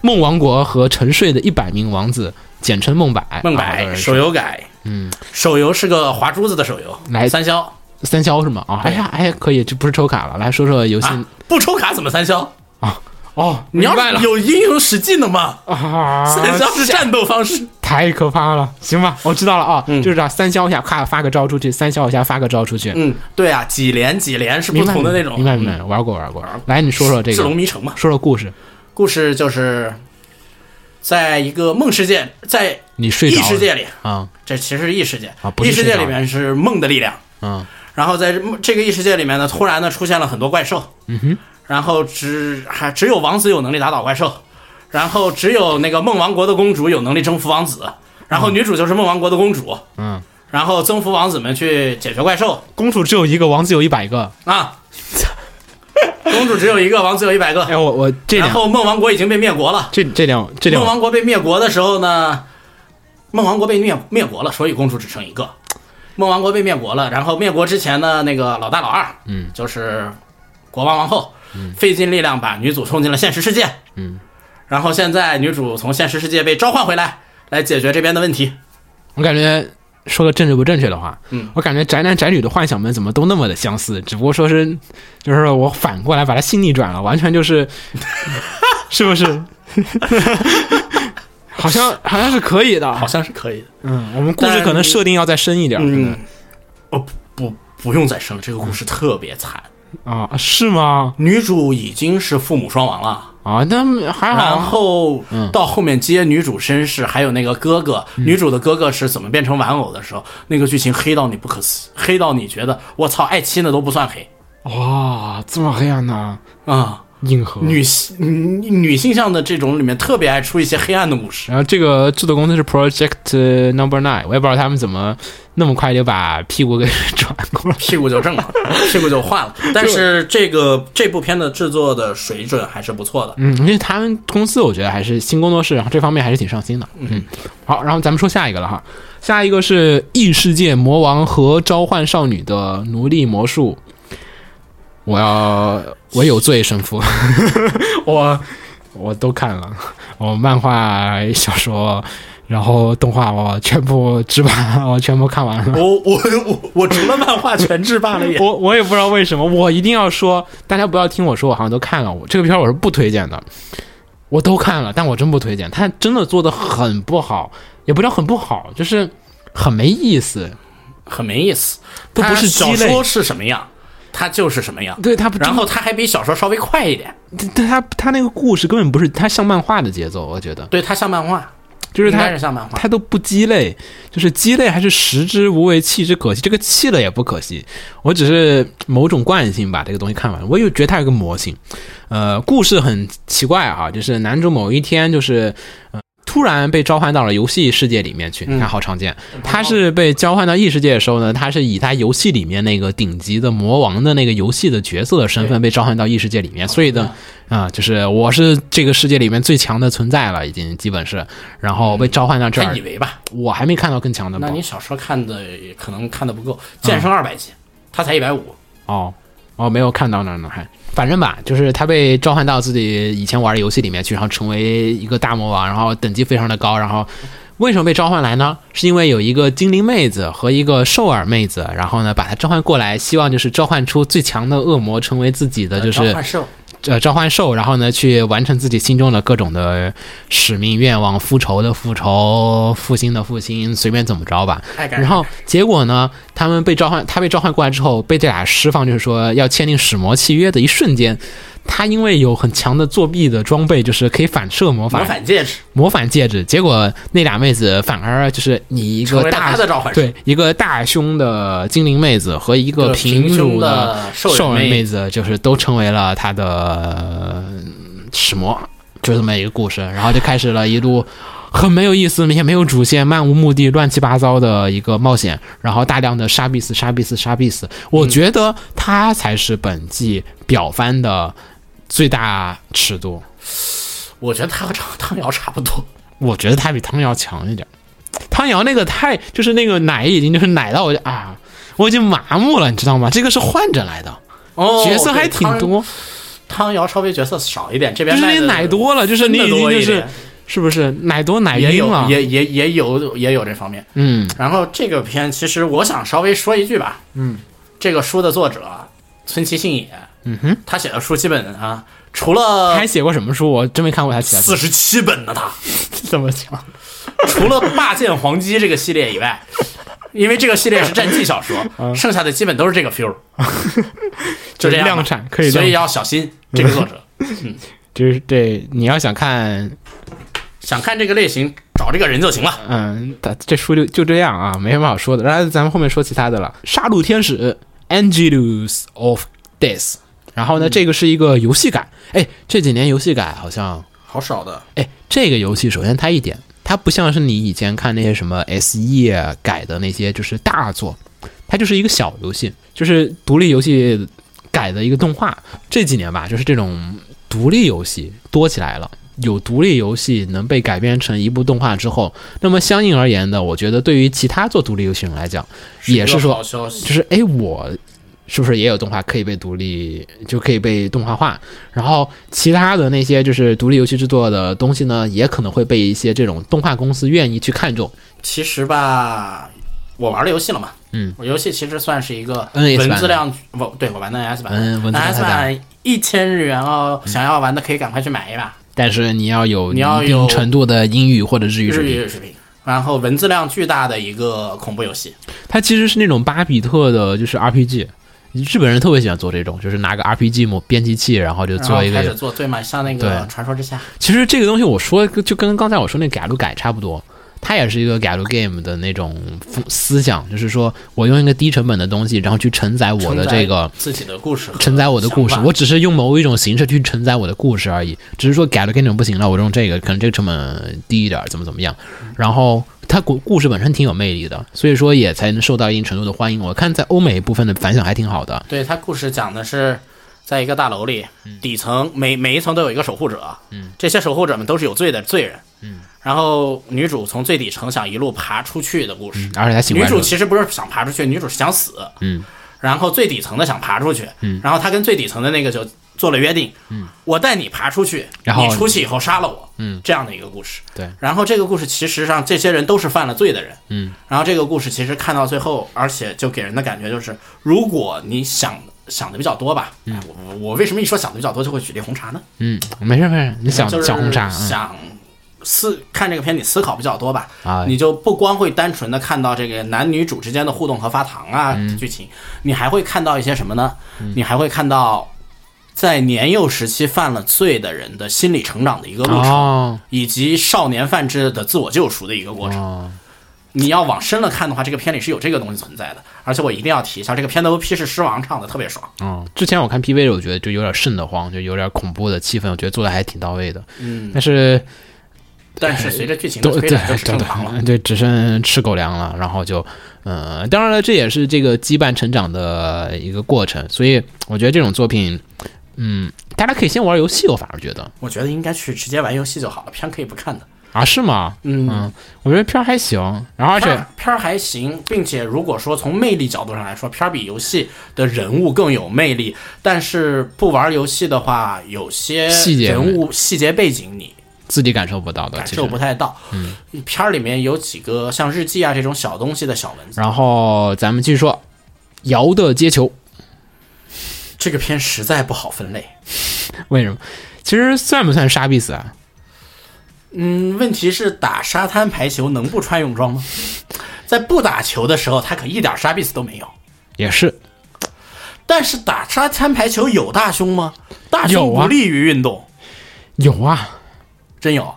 S2: 梦王国》和沉睡的一百名王子，简称梦百。
S3: 梦
S2: 啊有
S3: 百
S2: 人
S3: 手游改，
S2: 嗯，
S3: 手游是个划珠子的手游，
S2: 来
S3: 三消啊，
S2: 三消是吗？啊，哎呀，哎呀，可以，这不是抽卡了，来说说游戏。
S3: 啊不抽卡怎么三消？
S2: 啊哦，
S3: 你要
S2: 明白了
S3: 是有英雄史技能吗？
S2: 啊，
S3: 三消是战斗方式，
S2: 太可怕了！行吧，我知道了啊，
S3: 嗯
S2: 就是这样，三消一下，咔发个招出去，三消一下发个招出去，
S3: 嗯，对啊，几连几连是不
S2: 明白
S3: 同的那种，嗯
S2: 明白明白，玩过玩过。来，你说说这
S3: 智龙
S2: 个，
S3: 迷城嘛，
S2: 说说故事。
S3: 故事就是在一个梦世界，在
S2: 你睡着
S3: 异
S2: 了
S3: 世界里，
S2: 啊
S3: 这其实是异世界
S2: 啊不，是
S3: 异世界
S2: 睡
S3: 里
S2: 着
S3: 面是梦的力量。
S2: 啊
S3: 然后在这个异世界里面呢，突然呢出现了很多怪兽，嗯
S2: 哼，
S3: 然后只还只有王子有能力打倒怪兽，然后只有那个梦王国的公主有能力征服王子，然后女主就是梦王国的公主，
S2: 嗯，
S3: 然后征服王子们去解决怪兽
S2: 公主只有一个，王子有一百个。
S3: 啊。公主只有一个，王子有一百个，
S2: 哎，我我这
S3: 然
S2: 两
S3: 后梦王国已经被灭国了。
S2: 这这两这
S3: 孟
S2: 两
S3: 王国被灭国的时候呢，孟王国被灭灭国了，所以公主只剩一个。孟王国被灭国了，然后灭国之前的那个老大老二，嗯，就是国王王后，费尽力量把女主冲进了现实世界，嗯，然后现在女主从现实世界被召唤回来，来解决这边的问题。啊
S2: 我感觉说个政治不正确的话，
S3: 嗯，
S2: 我感觉宅男宅女的幻想们怎么都那么的相似，只不过说是，就是我反过来把它性逆转了，完全 就是，是不是？好像好像是可以的，
S3: 好像是可以的，
S2: 嗯，我们故事
S3: 但
S2: 可能设定要再深一点，真的
S3: 嗯，哦不不不用再生了，这个故事特别惨，
S2: 啊，是吗？
S3: 女主已经是父母双亡了。
S2: 啊，那还
S3: 然
S2: 好，
S3: 后
S2: 嗯
S3: 到后面接女主身世，还有那个哥哥，女主的哥哥是怎么变成玩偶的时候，那个剧情黑到你不可思，黑到你觉得我操，爱妻呢都不算黑
S2: 哇，这么黑暗呢？
S3: 啊、
S2: 硬核。
S3: 女性女女性向的这种里面特别爱出一些黑暗的故事。
S2: 然后这个制作公司是 Project Number Nine，我也不知道他们怎么那么快就把屁股给 转过来。
S3: 屁股就 正了，屁股就换了。但是这个这部片的制作的水准还是不错的。
S2: 嗯，因为他们公司我觉得还是新工作室，然后这方面还是挺上心的。嗯，好，然后咱们说下一个了哈，下一个是异世界魔王和召唤少女的奴隶魔术。我要，我有罪神父， 我我都看了，我漫画、小说，然后动画我全部只把我全部看完了。
S3: 我我我我除了漫画全制霸了也。
S2: 我我也不知道为什么，我一定要说，大家不要听我说，我好像都看了，我这个片儿我是不推荐的，我都看了，但我真不推荐，它真的做的很不好，也不叫很不好，就是很没意思，
S3: 很没意思。
S2: 都不是
S3: 它小
S2: 鸡肋
S3: 说是什么样，它就是什么样。
S2: 对它不
S3: 然后它还比小说稍微快一点，
S2: 它它它那个故事根本不是它像漫画的节奏，我觉得
S3: 对，它像漫画，
S2: 就是
S3: 应
S2: 它
S3: 该是像漫画。
S2: 它都不鸡肋，就是鸡肋还是食之无味，弃之可惜。这个弃了也不可惜，我只是某种惯性把这个东西看完。我又觉得它有个魔性，呃，故事很奇怪啊，就是男主某一天就是。呃突然被召唤到了游戏世界里面去，
S3: 嗯
S2: 你看好常见。他是被召唤到异世界的时候呢，他是以他游戏里面那个顶级的魔王的那个游戏的角色的身份被召唤到异世界里面，所以呢，啊、就是我是这个世界里面最强的存在了，已经基本是，然后被召唤到这
S3: 他
S2: 儿嗯
S3: 以，嗯为吧？
S2: 我还没看到更强的
S3: 那
S2: 宝
S3: 你小说看的可能看的不够，《剑圣二百集》他才一百五，
S2: 哦，哦，没有看到那儿呢，还反正吧，就是他被召唤到自己以前玩的游戏里面去，然后成为一个大魔王，然后等级非常的高，然后为什么被召唤来呢？是因为有一个精灵妹子和一个兽耳妹子，然后呢把她召唤过来，希望就是召唤出最强的恶魔成为自己的就是
S3: 召唤兽
S2: 呃召唤兽，然后呢去完成自己心中的各种的使命愿望，复仇的复仇，复兴的复兴，随便怎么着吧。
S3: 太感人
S2: 然后结果呢，他们被召唤，他被召唤过来之后，被这俩释放，就是说要签订使魔契约的一瞬间，他因为有很强的作弊的装备，就是可以反射魔法，
S3: 魔反戒指，
S2: 模仿戒指，结果那俩妹子反而就是你一
S3: 成
S2: 个
S3: 为了
S2: 大
S3: 她的召唤师
S2: 对一个大胸的精灵妹子和一个
S3: 对
S2: 平
S3: 平胸
S2: 乳
S3: 的兽
S2: 兽
S3: 人妹
S2: 人妹子，就是都成为了她的嗯使魔，就这么一个故事，然后就开始了一路。很没有意思，也没有主线，漫无目的、乱七八糟的一个冒险，然后大量的杀必死、杀必死、杀必死。
S3: 嗯
S2: 我觉得它才是本季表番的最大尺度。
S3: 我觉得他和张汤瑶差不多。
S2: 我觉得他比汤瑶强一点。汤瑶那个太就是那个奶已经就是奶到我就啊，我已经麻木了，你知道吗？这个是换着来的，
S3: 哦
S2: 角色还
S3: 对
S2: 挺
S3: 汤
S2: 多，
S3: 汤瑶稍微角色少一点，
S2: 就
S3: 这边
S2: 是
S3: 卖
S2: 你
S3: 的
S2: 奶多了，就是
S3: 真
S2: 你
S3: 的
S2: 已经
S3: 多
S2: 就
S3: 一
S2: 是
S3: 点，
S2: 是不是奶多奶
S3: 也
S2: 晕
S3: 有
S2: 了？
S3: 也也也有也有这方面。
S2: 嗯，
S3: 然后这个片其实我想稍微说一句吧，嗯，这个书的作者村崎信也，嗯
S2: 哼，
S3: 他写的书基本啊，除了
S2: 还写过什么书？我真没看过他写的
S3: 四十七本呢，他
S2: 这么强。
S3: 除了《霸剑黄鸡》这个系列以外，因为这个系列是战记小 说，
S2: 嗯
S3: 剩下的基本都是这个 feel，就这样吧
S2: 量产可以量产
S3: 所以要小心这个作 者。
S2: 就是对，你要想看，
S3: 想看这个类型，找这个人就行了。
S2: 嗯，他这书就就这样啊，没什么好说的。然后咱们后面说其他的了，《杀戮天使》（Angelus of Death）。然后呢，这个是一个游戏改，哎，这几年游戏改好像
S3: 好少的，
S2: 哎，这个游戏首先它一点，它不像是你以前看那些什么 S E 改的那些就是大作，它就是一个小游戏，就是独立游戏改的一个动画。这几年吧，就是这种独立游戏多起来了。有独立游戏能被改编成一部动画之后，那么相应而言的，我觉得对于其他做独立游戏人来讲，也是
S3: 一个
S2: 说
S3: 好，消息
S2: 就是哎，我是不是也有动画可以被独立，就可以被动画化？然后其他的那些就是独立游戏制作的东西呢，也可能会被一些这种动画公司愿意去看重。
S3: 其实吧，我玩了游戏了嘛，
S2: 嗯，
S3: 我游戏其实算是一个
S2: NS 版的
S3: 文字量，不对，我玩的 NS 版
S2: 嗯文字量太
S3: NS
S2: 大嗯
S3: 版一千日元哦，想要玩的可以赶快去买一把
S2: 但是你要有
S3: 你要
S2: 一
S3: 有
S2: 定程度的英语或者日语
S3: 日
S2: 水
S3: 语
S2: 平。
S3: 日视频。然后文字量巨大的一个恐怖游戏，
S2: 它其实是那种巴比特的，就是 RPG。日本人特别喜欢做这种，就是拿个 RPG 模编辑器，然后就
S3: 然后
S2: 做一
S3: 开始
S2: 个。
S3: 做对嘛，像那个
S2: 对
S3: 《传说之下》，
S2: 其实这个东西我说就跟刚才我说那改路改差不多，它也是一个改路 game 的那种风思想，就是说我用一个低成本的东西，然后去承载我的
S3: 承载
S2: 这个
S3: 自己的故事和想法，
S2: 承载我的故事，我只是用某一种形式去承载我的故事而已。只是说改了跟种不行了，我用这个可能这个成本低一点儿，怎么怎么样。然后它故故事本身挺有魅力的，所以说也才能受到一定程度的欢迎。我看在欧美部分的反响还挺好的。
S3: 对他故事讲的是，在一个大楼里，底层每每一层都有一个守护者，嗯，这些守护者们都是有罪的罪人，嗯，然后女主从最底层想一路爬出去的故事，
S2: 而且还醒
S3: 女
S2: 过来
S3: 主
S2: 了，
S3: 其实不是想爬出去，女主是想死，
S2: 嗯，
S3: 然后最底层的想爬出去，嗯，然后她跟最底层的那个就做了约定，嗯，我带你爬出去，
S2: 然后
S3: 你出去以后杀了我，
S2: 嗯，
S3: 这样的一个故事，
S2: 对
S3: 然后这个故事其实上这些人都是犯了罪的人，
S2: 嗯，
S3: 然后这个故事其实看到最后，而且就给人的感觉就是，如果你想想的比较多吧，嗯，我我为什么一说想的比较多就会举例红茶呢？
S2: 嗯，没事没事，你想
S3: 就是
S2: 想红茶，嗯
S3: 想思看这个片，你思考比较多吧，
S2: 啊
S3: 你就不光会单纯的看到这个男女主之间的互动和发糖啊、
S2: 嗯
S3: 剧情，你还会看到一些什么呢？你还会看到在年幼时期犯了罪的人的心理成长的一个路程，
S2: 哦
S3: 以及少年犯之的自我救赎的一个过程。
S2: 哦，
S3: 你要往深了看的话，这个片里是有这个东西存在的。而且我一定要提一下，这个片的 OP 是狮王唱的，特别爽。
S2: 嗯，之前我看 PV 的时候我觉得就有点瘆得慌，就有点恐怖的气氛，我觉得做的还挺到位的。嗯，但是
S3: 但是随着剧情的
S2: 都
S3: 推
S2: 对对
S3: 展，就是正常了
S2: 对，。对只剩吃狗粮了。然后就，呃，当然了，这也是这个羁绊成长的一个过程。所以我觉得这种作品，嗯，大家可以先玩游戏，我反而觉得
S3: 我觉得应该去直接玩游戏就好了，片可以不看的。
S2: 啊，是吗？
S3: 嗯
S2: 我觉得片儿还行，然后而
S3: 片
S2: 且
S3: 儿片儿还行，并且如果说从魅力角度上来说，片儿比游戏的人物更有魅力。但是不玩游戏的话，有些
S2: 细节
S3: 人物细节背景你
S2: 自己感受不到的，
S3: 感
S2: 其
S3: 受
S2: 实。嗯
S3: 不太到。片儿里面有几个像日记啊这种小东西的小文字，
S2: 然后咱们继续说，瑶的接球
S3: 这个片实在不好分类。
S2: 为什么？其实算不算杀必死啊？
S3: 嗯，问题是打沙滩排球能不穿 泳装吗？在不打球的时候，他可一点杀必死都没有。
S2: 也是，
S3: 但是打沙滩排球有大胸吗？大胸
S2: 有啊
S3: 不利于运动，
S2: 有啊。
S3: 真有，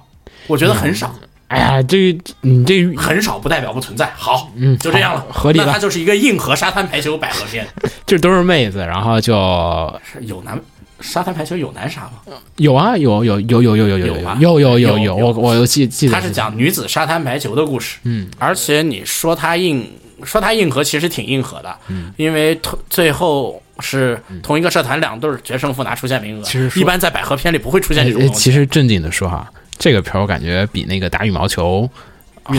S3: 我觉得很少。
S2: 哎呀，这个你这个
S3: 很少不代表不存在。好，
S2: 嗯
S3: 就这样了，
S2: 好合理了
S3: 那它就是一个硬核沙滩排球百合片。
S2: 这都是妹子，然后就是
S3: 有男沙滩排球有男沙吗？
S2: 有啊，有有有有有有有
S3: 有吧
S2: 有有有
S3: 有
S2: 我我有记记得
S3: 它是讲女子沙滩排球的故事。嗯，而且你说它硬，说它硬核，其实挺硬核的。嗯，因为同最后。是同一个社团两队儿决胜负拿出现名额，
S2: 嗯其实说
S3: 一般在百合片里不会出现
S2: 哎
S3: 这种
S2: 哎
S3: 东西。
S2: 其实正经的说哈，这个片儿我感觉比那个打羽毛球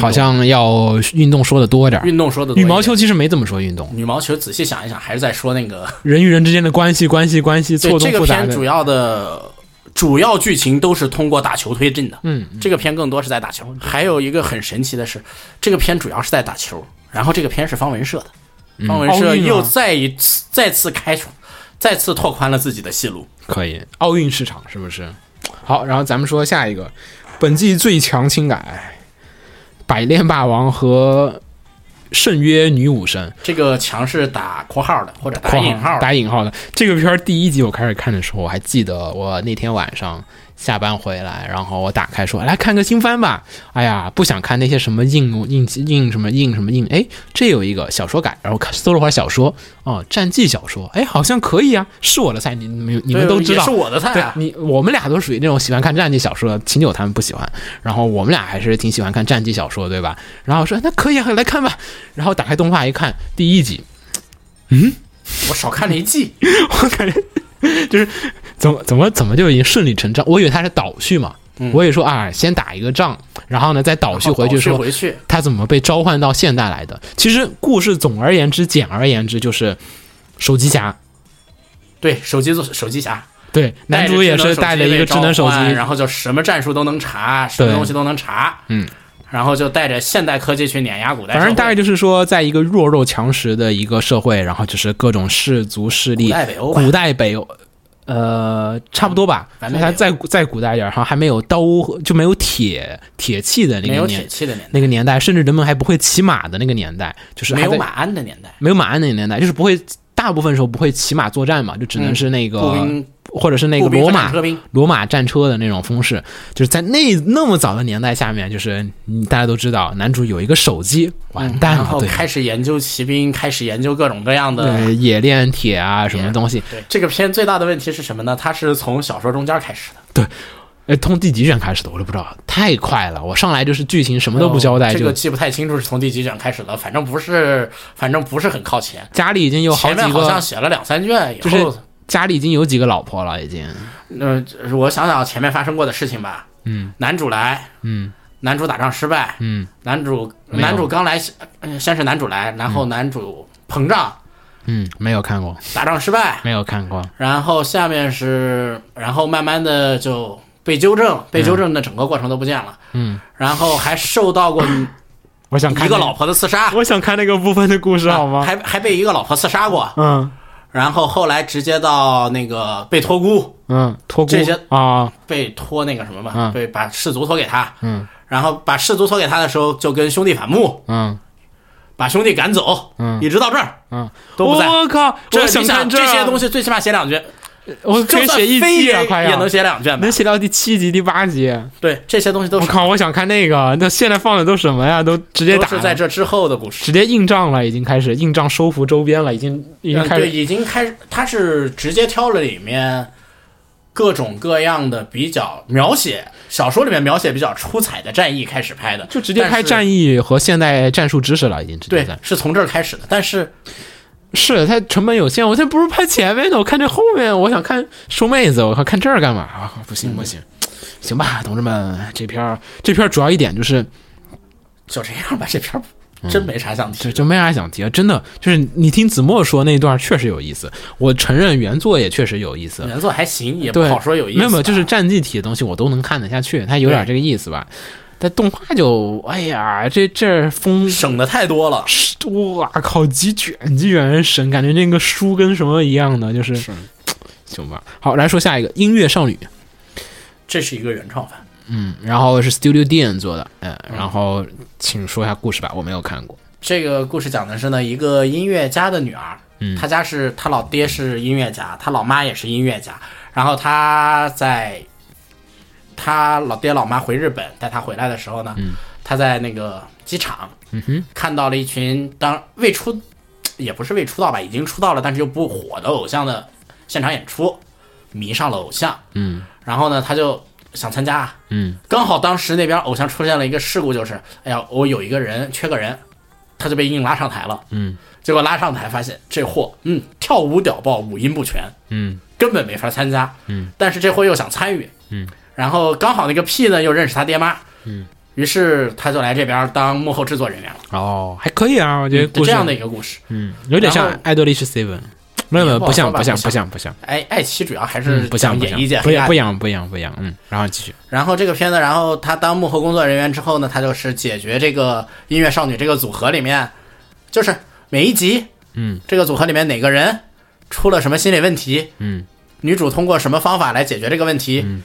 S2: 好像要运动说的多点儿。
S3: 运动说的多一
S2: 羽
S3: 点嗯
S2: 毛球，其实没怎么说运动，
S3: 羽毛球仔细想一想，还是在说那个
S2: 人与人之间的关系关系关系
S3: 对
S2: 错综
S3: 这个
S2: 复杂
S3: 片
S2: 的
S3: 主。要的主要剧情都是通过打球推进的。
S2: 嗯，
S3: 这个片更多是在打球。还有一个很神奇的是，这个片主要是在打球，然后这个片是方文社
S2: 嗯
S3: 的，方文
S4: 奥
S3: 社
S4: 运啊
S3: 又再一次再次开创，再次拓宽了自己的戏路。
S2: 可以，奥运市场是不是？好，然后咱们说下一个，本季最强轻改，百炼霸王和圣约女武神。
S3: 这个强是打括号的，或者打
S2: 括
S3: 引号的。
S2: 打引号的这个片儿第一集我开始看的时候，我还记得我那天晚上下班回来，然后我打开说来看个新番吧。哎呀，不想看那些什么硬硬硬什么硬什么硬，哎，这有一个小说改，然后看搜了会儿小说，哦，战记小说，哎，好像可以啊，是我的菜，你你你们
S3: 对
S2: 都知
S3: 也
S2: 道
S3: 是。我的菜
S2: 对
S3: 啊。
S2: 你，我们俩都属于那种喜欢看战地小说的，秦九他们不喜欢，然后我们俩还是挺喜欢看战地小说，对吧？然后我说那可以啊，来看吧。然后打开动画一看，第一集，
S3: 我少看了 一季，
S2: 我感觉就是怎么怎么怎么就已经顺理成章，我以为它是倒叙嘛，
S3: 嗯
S2: 我也说啊，先打一个仗，然后呢再倒叙回去说
S3: 回去，
S2: 他怎么被召唤到现代来的。其实故事总而言之，简而言之就是手机侠，
S3: 对，手机做手机侠，
S2: 对，男主也是带了一个智能手
S3: 带着被召唤然
S2: 机，
S3: 后就什么战术都能查，什么东西都能查，
S2: 嗯，
S3: 然后就带着现代科技去碾压古代社会，
S2: 反正大概就是说，在一个弱肉强食的一个社会，然后就是各种氏族势力，
S3: 古代北欧吧嗯
S2: 古代北欧呃，差不多吧，
S3: 反正
S2: 它再再古代一点儿，然后还没有刀和就没有铁铁器的那
S3: 没
S2: 个
S3: 有铁
S2: 年
S3: 器的年代，
S2: 那个年代，甚至人们还不会骑马的那个年代，就是
S3: 没
S2: 还
S3: 有
S2: 在
S3: 马鞍的年代，
S2: 没有马鞍那个年代，就是不会大部分时候不会骑马作战嘛，就只能是那个、
S3: 嗯步兵
S2: 或者是那个
S3: 步兵
S2: 罗
S3: 和
S2: 马
S3: 战车兵，
S2: 罗马战车的那种方式，就是在那那么早的年代下面，就是你大家都知道，男主有一个手机，完蛋
S3: 嗯然
S2: 了，
S3: 后
S2: 嗯对吧，
S3: 开始研究骑兵，开始研究各种各样的。
S2: 对冶炼铁啊什么东西，
S3: 对这个片最大的问题是什么呢？它是从小说中间开始的，
S2: 哎，从第几卷开始的我都不知道，太快了，我上来就是剧情什么都不交代，
S3: 这
S2: 就
S3: 个记不太清楚是从第几卷开始了，反正不是，反正不是很靠前。
S2: 家里已经有好
S3: 前
S2: 几
S3: 面好像
S2: 个，
S3: 写了两三卷以
S2: 就是
S3: 后，
S2: 家里已经有几个老婆了，已经，
S3: 嗯，我想想前面发生过的事情吧。嗯，男主来，
S2: 嗯
S3: 男主打仗失败，
S2: 嗯，
S3: 男主
S2: 没有
S3: 男主刚来，呃先是男主来，然后男主膨胀，
S2: 嗯，没有看过，
S3: 打仗失败，
S2: 没有看过，
S3: 然后下面是，然后慢慢的就被纠正，被纠正的整个过程都不见了。
S2: 嗯，
S3: 然后还受到过
S4: 我想看
S3: 一个
S4: 那
S3: 老，婆的刺杀，
S4: 我想看那个部分的故事，好吗？
S3: 还还被一个老婆刺杀过。
S4: 嗯
S3: 然后后来直接到那个被托孤，
S4: 嗯，
S2: 托孤
S3: 这些
S4: 啊，
S3: 被托那个什么嘛，
S2: 嗯
S3: 被把氏族托给他。
S2: 嗯
S3: 然后把氏族托给他的时候，就跟兄弟反目，
S2: 嗯
S3: 把兄弟赶走，
S2: 嗯
S3: 一直到这儿
S2: 嗯，
S3: 都不在。
S4: 我靠，
S3: 这
S4: 哦我想
S3: 你
S4: 看
S3: 这些
S4: 西，
S3: 东西，最起码写两卷，
S4: 我可
S3: 就
S4: 以
S3: 算
S4: 写一
S3: 非
S4: 季啊，
S3: 也
S4: 快
S3: 也
S4: 呀
S3: 能，写两卷吧
S2: 能？写到第七集、第八集，
S3: 对，这些东西都
S4: 我
S3: 是
S4: 靠，我想看那个，那现在放的都什么呀？都直接
S3: 都
S4: 打
S3: 是在
S4: 了，
S3: 这之后的故事。
S4: 直接硬仗了，已经开始硬仗收服周边了，已经已经
S3: 嗯，
S4: 开
S3: 对，
S4: 始
S3: 已经开始，他是直接挑了里面各种各样的比较描写小说里面描写比较出彩的战役开始拍的，
S2: 就直接
S3: 但
S2: 拍
S3: 是
S2: 战役和现代战术知识了，已经直接
S3: 对
S2: 在，。
S3: 是从这儿开始的。但是
S2: 是它成本有限，我现在不如拍前面的，我看这后面，我想看收妹子，我看看这儿干嘛？啊不行
S3: 嗯
S2: 不行，行吧，同志们，这片儿这片儿主要一点就是
S3: 就这样吧，这片儿真没啥想提
S2: 就
S3: 的。
S2: 嗯就没啥想提了，真的就是你听子墨说那一段确实有意思，我承认原作也确实有意思，
S3: 原作还行，也不
S2: 对，
S3: 好说有意思
S2: 没
S3: 吧。
S2: 有没有，就是战绩体的东西我都能看得下去，它有点这个意思吧。但动画就，哎呀，这这风，
S3: 省的太多了。
S2: 哇靠，几卷几卷神，感觉那个书跟什么一样的，就是，行吧。好，来说下一个《音乐少女》，
S3: 这是一个原创番，
S2: 嗯，然后是 Studio Dean 做的，嗯，然后请说一下故事吧，我没有看过，
S3: 这个故事讲的是呢，一个音乐家的女儿，
S2: 嗯
S3: 她家是她老爹是音乐家，她老妈也是音乐家，然后她在她老爹老妈回日本带她回来的时候呢，她在那个机场，嗯
S2: 嗯哼，
S3: 看到了一群当未出，也不是未出道吧，已经出道了，但是又不火的偶像的现场演出，迷上了偶像，
S2: 嗯
S3: 然后呢，她就想参加，
S2: 嗯
S3: 刚好当时那边偶像出现了一个事故，就是，哎呀，我有一个人缺个人，他就被硬拉上台了。
S2: 嗯
S3: 结果拉上台发现这货，嗯，跳舞屌爆，五音不全，
S2: 嗯
S3: 根本没法参加。
S2: 嗯，
S3: 但是这货又想参与。
S2: 嗯，
S3: 然后刚好那个 P 呢又认识他爹妈。嗯，于是他就来这边当幕后制作人员了。
S2: 哦，还可以啊，我觉得故
S3: 就
S2: 事
S3: 这样的一个故事。
S2: 嗯，有点像
S3: 然后
S2: 《爱德利是 Seven》，没有没有，不像不
S3: 不好说
S2: 像
S3: 吧
S2: 不像不像，
S3: 哎，爱奇主要还是
S2: 嗯，不像
S3: 讲
S2: 不
S3: 演
S2: 像，
S3: 艺界
S2: 不
S3: 黑暗
S2: 一不一样不一样不一样，嗯，然后继续，
S3: 然后这个片子，然后他当幕后工作人员之后呢，他就是解决这个音乐少女这个组合里面，就是每一集，
S2: 嗯，
S3: 这个组合里面哪个人出了什么心理问题，
S2: 嗯，
S3: 女主通过什么方法来解决这个问题，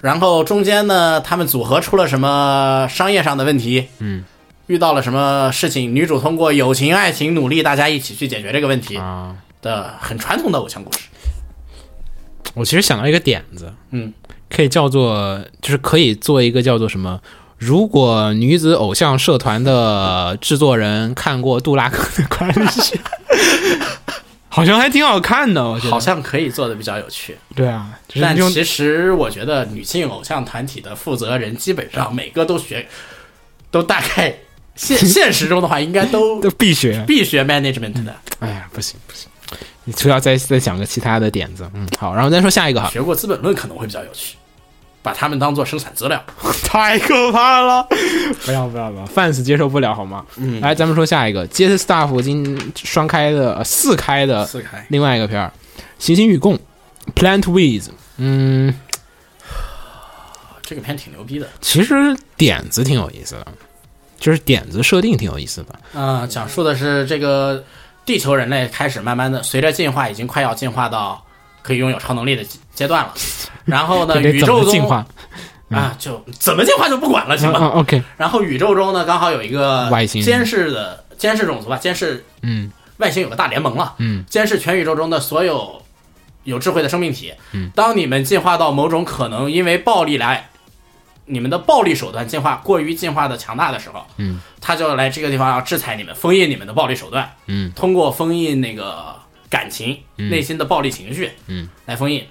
S3: 然后中间呢，他们组合出了什么商业上的问题，
S2: 嗯，
S3: 遇到了什么事情，女主通过友情、爱情努力，大家一起去解决这个问题
S2: 啊，
S3: 的很传统的偶像故事，
S2: 我其实想到一个点子，
S3: 嗯，
S2: 可以叫做就是可以做一个叫做什么？如果女子偶像社团的制作人看过《杜拉克的关系》，好像还挺好看的，我觉得。
S3: 好像可以做的比较有趣。
S4: 对啊，就是
S3: 但
S4: 用
S3: 其实我觉得女性偶像团体的负责人基本上每个都学，都大概 现现实中的话应该 都
S4: 都必学，
S3: 必学 management 的，
S2: 哎呀，不行不行，你嗯就要再再想个其他的点子。嗯，好，然后再说下一个哈。
S3: 学过《资本论》可能会比较有趣。把他们当做生产资料。
S2: 太可怕了！
S4: 不要不要不要，fans 接受不了好吗？
S3: 嗯
S2: 来，咱们说下一个，J Staff 今双开的、呃四开的
S3: 四开，
S2: 另外一个片儿，《行星与共》（Plant With）。嗯，
S3: 这个片挺牛逼的。
S2: 其实点子挺有意思的，就是点子设定挺有意思的。
S3: 嗯、讲述的是这个地球人类开始慢慢的随着进化，已经快要进化到可以拥有超能力的阶阶段了。然后 呢，
S2: 这得
S3: 宇
S2: 怎
S3: 宙
S2: 么
S3: 中
S2: 进化？
S3: 啊，就怎么进化就不管了，行
S2: 嗯
S3: 吗？
S2: 嗯，OK，
S3: 然后宇宙中呢，刚好有一个
S2: 外星
S3: 监视的监视种族吧，监视
S2: 嗯
S3: 外星有个大联盟了，
S2: 嗯，
S3: 监视全宇宙中的所有有智慧的生命体。嗯，当你们进化到某种可能因为暴力来，你们的暴力手段进化过于进化的强大的时候，
S2: 嗯，
S3: 他就来这个地方要制裁你们，封印你们的暴力手段，
S2: 嗯，
S3: 通过封印那个感情、内心的暴力情绪，
S2: 嗯，
S3: 来封印。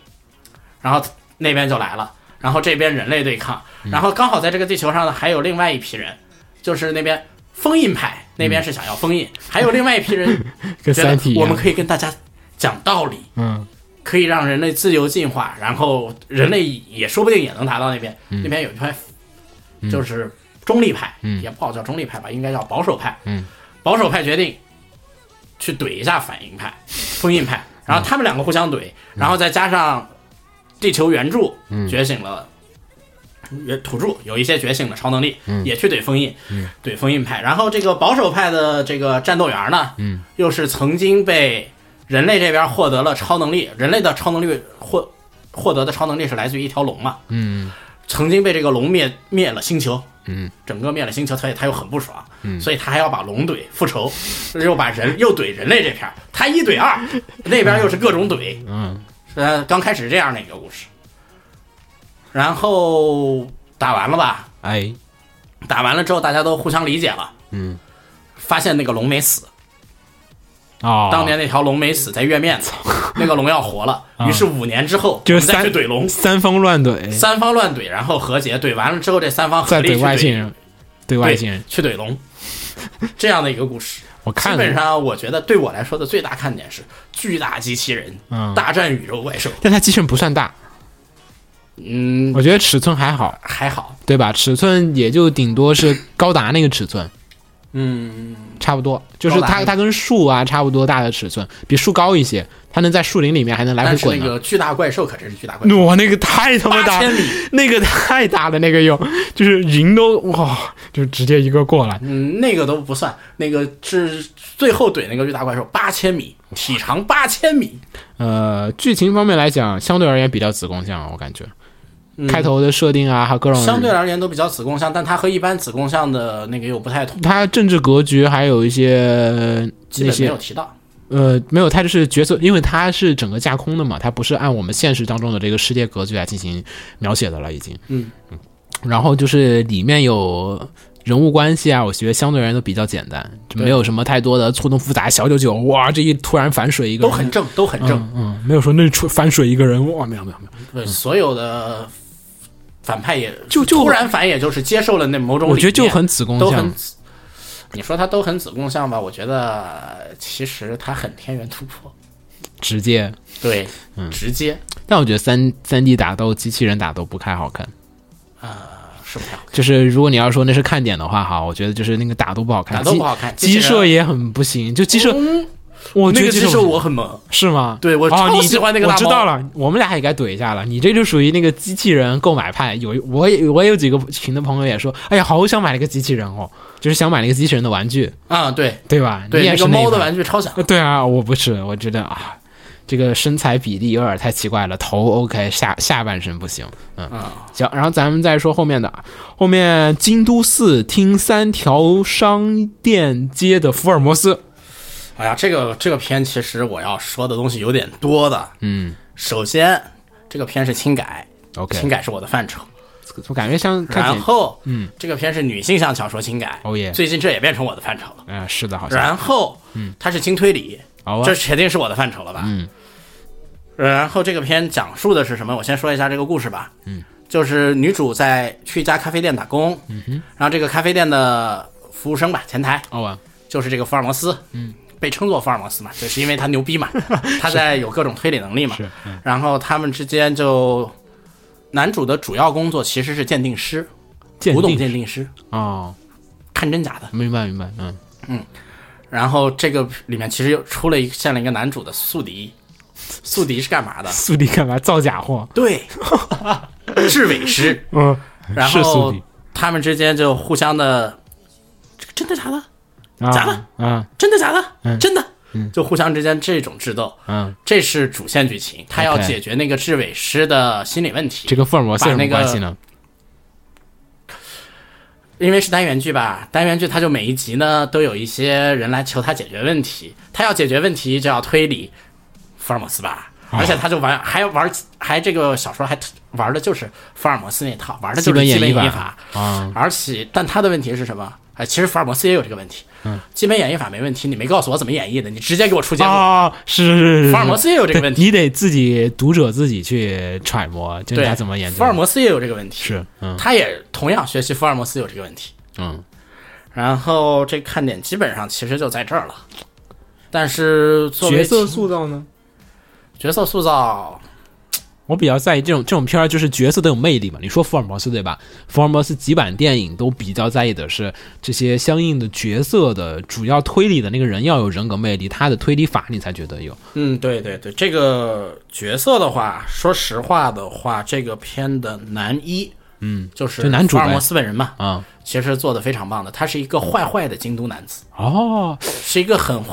S3: 然后那边就来了，然后这边人类对抗，
S2: 嗯
S3: 然后刚好在这个地球上呢，还有另外一批人，就是那边封印派，那边是想 要封印，还有另外一批人
S2: 跟
S3: 觉得
S2: 三体一
S3: 我们
S2: 样。
S3: 可以跟大家讲道理，
S2: 嗯
S3: 可以让人类自由进化，然后人类也说不定也能达到那边。那边有一派，就是中立派，
S2: 嗯
S3: 也不好叫中立派吧，应该叫保守派。
S2: 嗯，
S3: 保守派决定去怼一下反 应派、封印派，然后他们两个互相
S2: 嗯
S3: 怼，然后再加上地球原著觉醒了。原土著有一些觉醒的超能力，
S2: 嗯
S3: 也去怼封印，怼封印派。然后这个保守派的这个战斗员呢，又是曾经被人类这边获得了超能力，人类的超能力获获得的超能力是来自于一条龙嘛，
S2: 嗯
S3: 曾经被这个龙灭灭了星球，
S2: 嗯，
S3: 整个灭了星球，所以他又很不爽，嗯，所以他还要把龙怼复仇，又把人又怼人类这片儿，他一怼 二，那边又是各种怼，
S2: 嗯
S3: 呃，刚开始这样的一个故事，然后打完了吧，
S2: 哎
S3: 打完了之后大家都互相理解了，
S2: 嗯
S3: 发现那个龙没死，
S4: 啊
S2: 哦，
S3: 当年那条龙没死，在月面呢， 那个龙要活了。于是五年之后，
S2: 啊就是
S3: 我们
S2: 三
S3: 再去怼龙，
S2: 三方乱怼，
S3: 三方乱怼，然后和解，怼完了之后，这三方合
S2: 再
S3: 力去
S2: 怼外星
S3: 怼
S2: 人，怼外星人。
S3: 对去怼龙， 这样的一个故事。
S2: 我
S3: 基
S2: 看
S3: 本
S2: 了，
S3: 上，我觉得对我来说的最大看点是巨大机器人
S2: 嗯
S3: 大战宇宙怪兽。
S2: 但它机器人不算大，
S3: 嗯，
S2: 我觉得尺寸还好，
S3: 还好。
S2: 对吧？尺寸也就顶多是高达那个尺寸，
S3: 嗯，
S2: 差不多，就是
S3: 高达那
S2: 它
S3: 个
S2: 它跟树啊差不多大的尺寸，比树高一些，它能在树林里面还能来
S3: 但
S2: 回
S3: 是
S2: 滚
S3: 那
S2: 呢。
S3: 个巨大怪兽可真是巨大怪兽，
S2: 哇，那个太他妈
S3: 八
S2: 大
S3: 千，米。
S2: 那个太大了，那个又就是云都哇，就直接一个过来。
S3: 嗯，那个都不算，那个是最后怼那个巨大怪兽，八千米，体长八千米。
S2: 呃，剧情方面来讲，相对而言比较子宫向，我感觉、
S3: 嗯
S2: 开头的设定啊，还有各种
S3: 相对而言都比较子宫向，但它和一般子宫向的那个又不太同，
S2: 它政治格局还有一些那
S3: 基本没
S2: 些
S3: 有提到。
S2: 呃，没有，它就是角色，因为它是整个架空的嘛，它不是按我们现实当中的这个世界格局来进行描写的了，已经。
S3: 嗯
S2: 然后就是里面有人物关系啊，我觉得相对而言都比较简单，就
S3: 对
S2: 没有什么太多的错综复杂。小九九，哇，这一突然反水一个
S3: 都
S2: 人
S3: 很正，都很正。
S2: 嗯嗯，没有说那出反水一个人，哇，没有没有没有，
S3: 对，所有的反派也
S2: 就就
S3: 突然反，也就是接受了那某种理
S2: 我
S3: 念，
S2: 觉得就很子宫
S3: 都
S2: 像
S3: 很。你说他都很子宫向吧？我觉得其实他很天元突破，
S2: 直接，
S3: 对，
S2: 嗯
S3: 直接
S2: 但我觉得三三 D 打斗、机器人打斗不太好看。
S3: 啊是不是？
S2: 就是如果你要说那是看点的话，哈，我觉得就是那个打斗不好看，
S3: 打斗
S2: 机
S3: 不好看
S2: 机
S3: 机器人
S2: 设也很不行，就机设，
S3: 嗯
S2: 我觉得
S3: 那个
S2: 机
S3: 接
S2: 设
S3: 受
S2: 不
S3: 我很萌，
S2: 是吗？
S3: 对我
S2: 哦
S3: 超
S2: 你
S3: 喜欢那个
S2: 我
S3: 大
S2: 知
S3: 猫
S2: 道了，我们俩也该怼一下了。你这就属于那个机器人购买派。有我也我也有几个群的朋友也说，哎呀，好想买那个机器人哦，就是想买那个机器人的玩具，
S3: 啊、对
S2: 对吧？
S3: 对，
S2: 你也
S3: 那
S2: 是
S3: 个
S2: 那一
S3: 猫的
S2: 派
S3: 玩具超想，
S2: 对啊，我不是，我觉得啊，这个身材比例有点太奇怪了，头 OK，下下半身不行。嗯，
S3: 啊
S2: 行，然后咱们再说后面的啊，后面京都四厅三条商店街的福尔摩斯，
S3: 哎呀，这个这个片其实我要说的东西有点多的。
S2: 嗯
S3: 首先，这个片是轻改轻
S2: ，OK，
S3: 改是我的范畴。
S2: 我感觉像看
S3: 然
S2: 见，
S3: 后，嗯，这个片是女性向小说轻改，
S2: 哦耶
S3: 最近这也变成我的范畴了。
S2: 嗯、是的，好像，
S3: 然后，嗯，哦它是轻推理，
S2: 好啊
S3: 这肯定是我的范畴了吧？
S2: 嗯。
S3: 然后这个片讲述的是什么？我先说一下这个故事吧。嗯，就是女主在去一家咖啡店打工，嗯哼，哦然后这个咖啡店的服务生吧，前台
S2: 好吧，
S3: 就是这个福尔摩斯，嗯，被称作福尔摩斯嘛，就是因为他牛逼嘛，他在有各种推理能力嘛，然后他们之间就男主的主要工作其实是鉴定师，
S2: 鉴
S3: 古董
S2: 定
S3: 鉴定师，
S2: 哦，
S3: 看真假的。
S2: 明白明白，嗯，
S3: 然后这个里面其实又出了一现了一个男主的宿敌，宿敌是干嘛的？
S4: 速递干嘛造假货？
S3: 对， 制伪 师。
S4: 嗯，
S3: 然
S4: 是宿
S3: 后
S4: 敌
S3: 他们之间就互相的，这个真的假的？
S4: 啊
S3: 假的
S2: 嗯
S4: 啊
S3: 真的假的？真的。就互相之间这种智斗，
S2: 嗯，
S3: 这是主线剧情，他要
S2: OK
S3: 解决那个制伪师的心理问题。
S2: 这跟福尔摩斯有什
S3: 把那
S2: 么
S3: 个
S2: 关系呢？
S3: 因为是单元剧吧，单元剧它就每一集呢都有一些人来求他解决问题，他要解决问题就要推理，福尔摩斯吧，而且他就玩还要玩还这个小说还玩的就是福尔摩斯那套，玩的就是
S2: 基
S3: 基
S2: 本
S3: 本
S2: 演
S3: 演
S2: 绎
S3: 绎
S2: 法
S3: 法
S2: 啊
S3: 而且但他的问题是什么？哎，其实福尔摩斯也有这个问题，嗯，基本演绎法没问题，你没告诉我怎么演绎的，你直接给我出结果。
S2: 哦
S4: 啊，是是是是，
S3: 福尔摩斯也有这个问题，
S4: 你得自己读者自己去揣摩，就是
S3: 对
S4: 他怎么研究。
S3: 福尔摩斯也有这个问题，
S4: 是嗯
S3: 他也同样学习福尔摩斯有这个问题。
S2: 嗯，
S3: 然后这看点基本上其实就在这儿了，但是作为
S4: 造呢？
S3: 角色塑造，
S2: 我比较在意这种这种片儿，就是角色都有魅力嘛。你说福尔摩斯对吧？福尔摩斯几版电影都比较在意的是这些相应的角色的主要推理的那个人要有人格魅力，他的推理法你才觉得有。
S3: 嗯，对对对，这个角色的话，说实话的话，这个片的男一，嗯，就是
S2: 就男主
S3: 福尔
S2: 呗
S3: 摩斯本人嘛，
S2: 啊、
S3: 其实做的非常棒的，他是一个坏坏的京都男子，
S2: 哦，
S3: 是一个很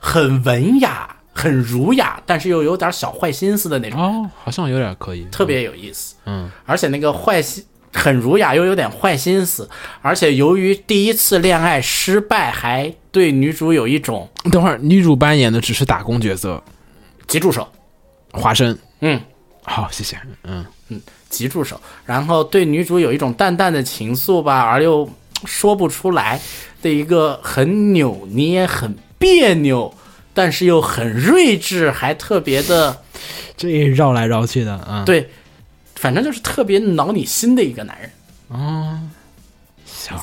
S3: 很文雅、很儒雅，但是又有点小坏心思的那种，
S2: 哦，好像有点可以，
S3: 特别有意思。
S2: 嗯，
S3: 而且那个坏心很儒雅，又有点坏心思，而且由于第一次恋爱失败，还对女主有一种
S2: 嗯。等会儿女主扮演的只是打工角色，
S3: 急助手，
S2: 华生。
S3: 嗯，
S2: 好，谢谢。嗯，
S3: 急助手，然后对女主有一种淡淡的情愫吧，而又说不出来的一个很扭捏、很别扭，但是又很睿智，还特别的
S4: 这绕来绕去的，嗯，
S3: 对，反正就是特别挠你心的一个男人。哦，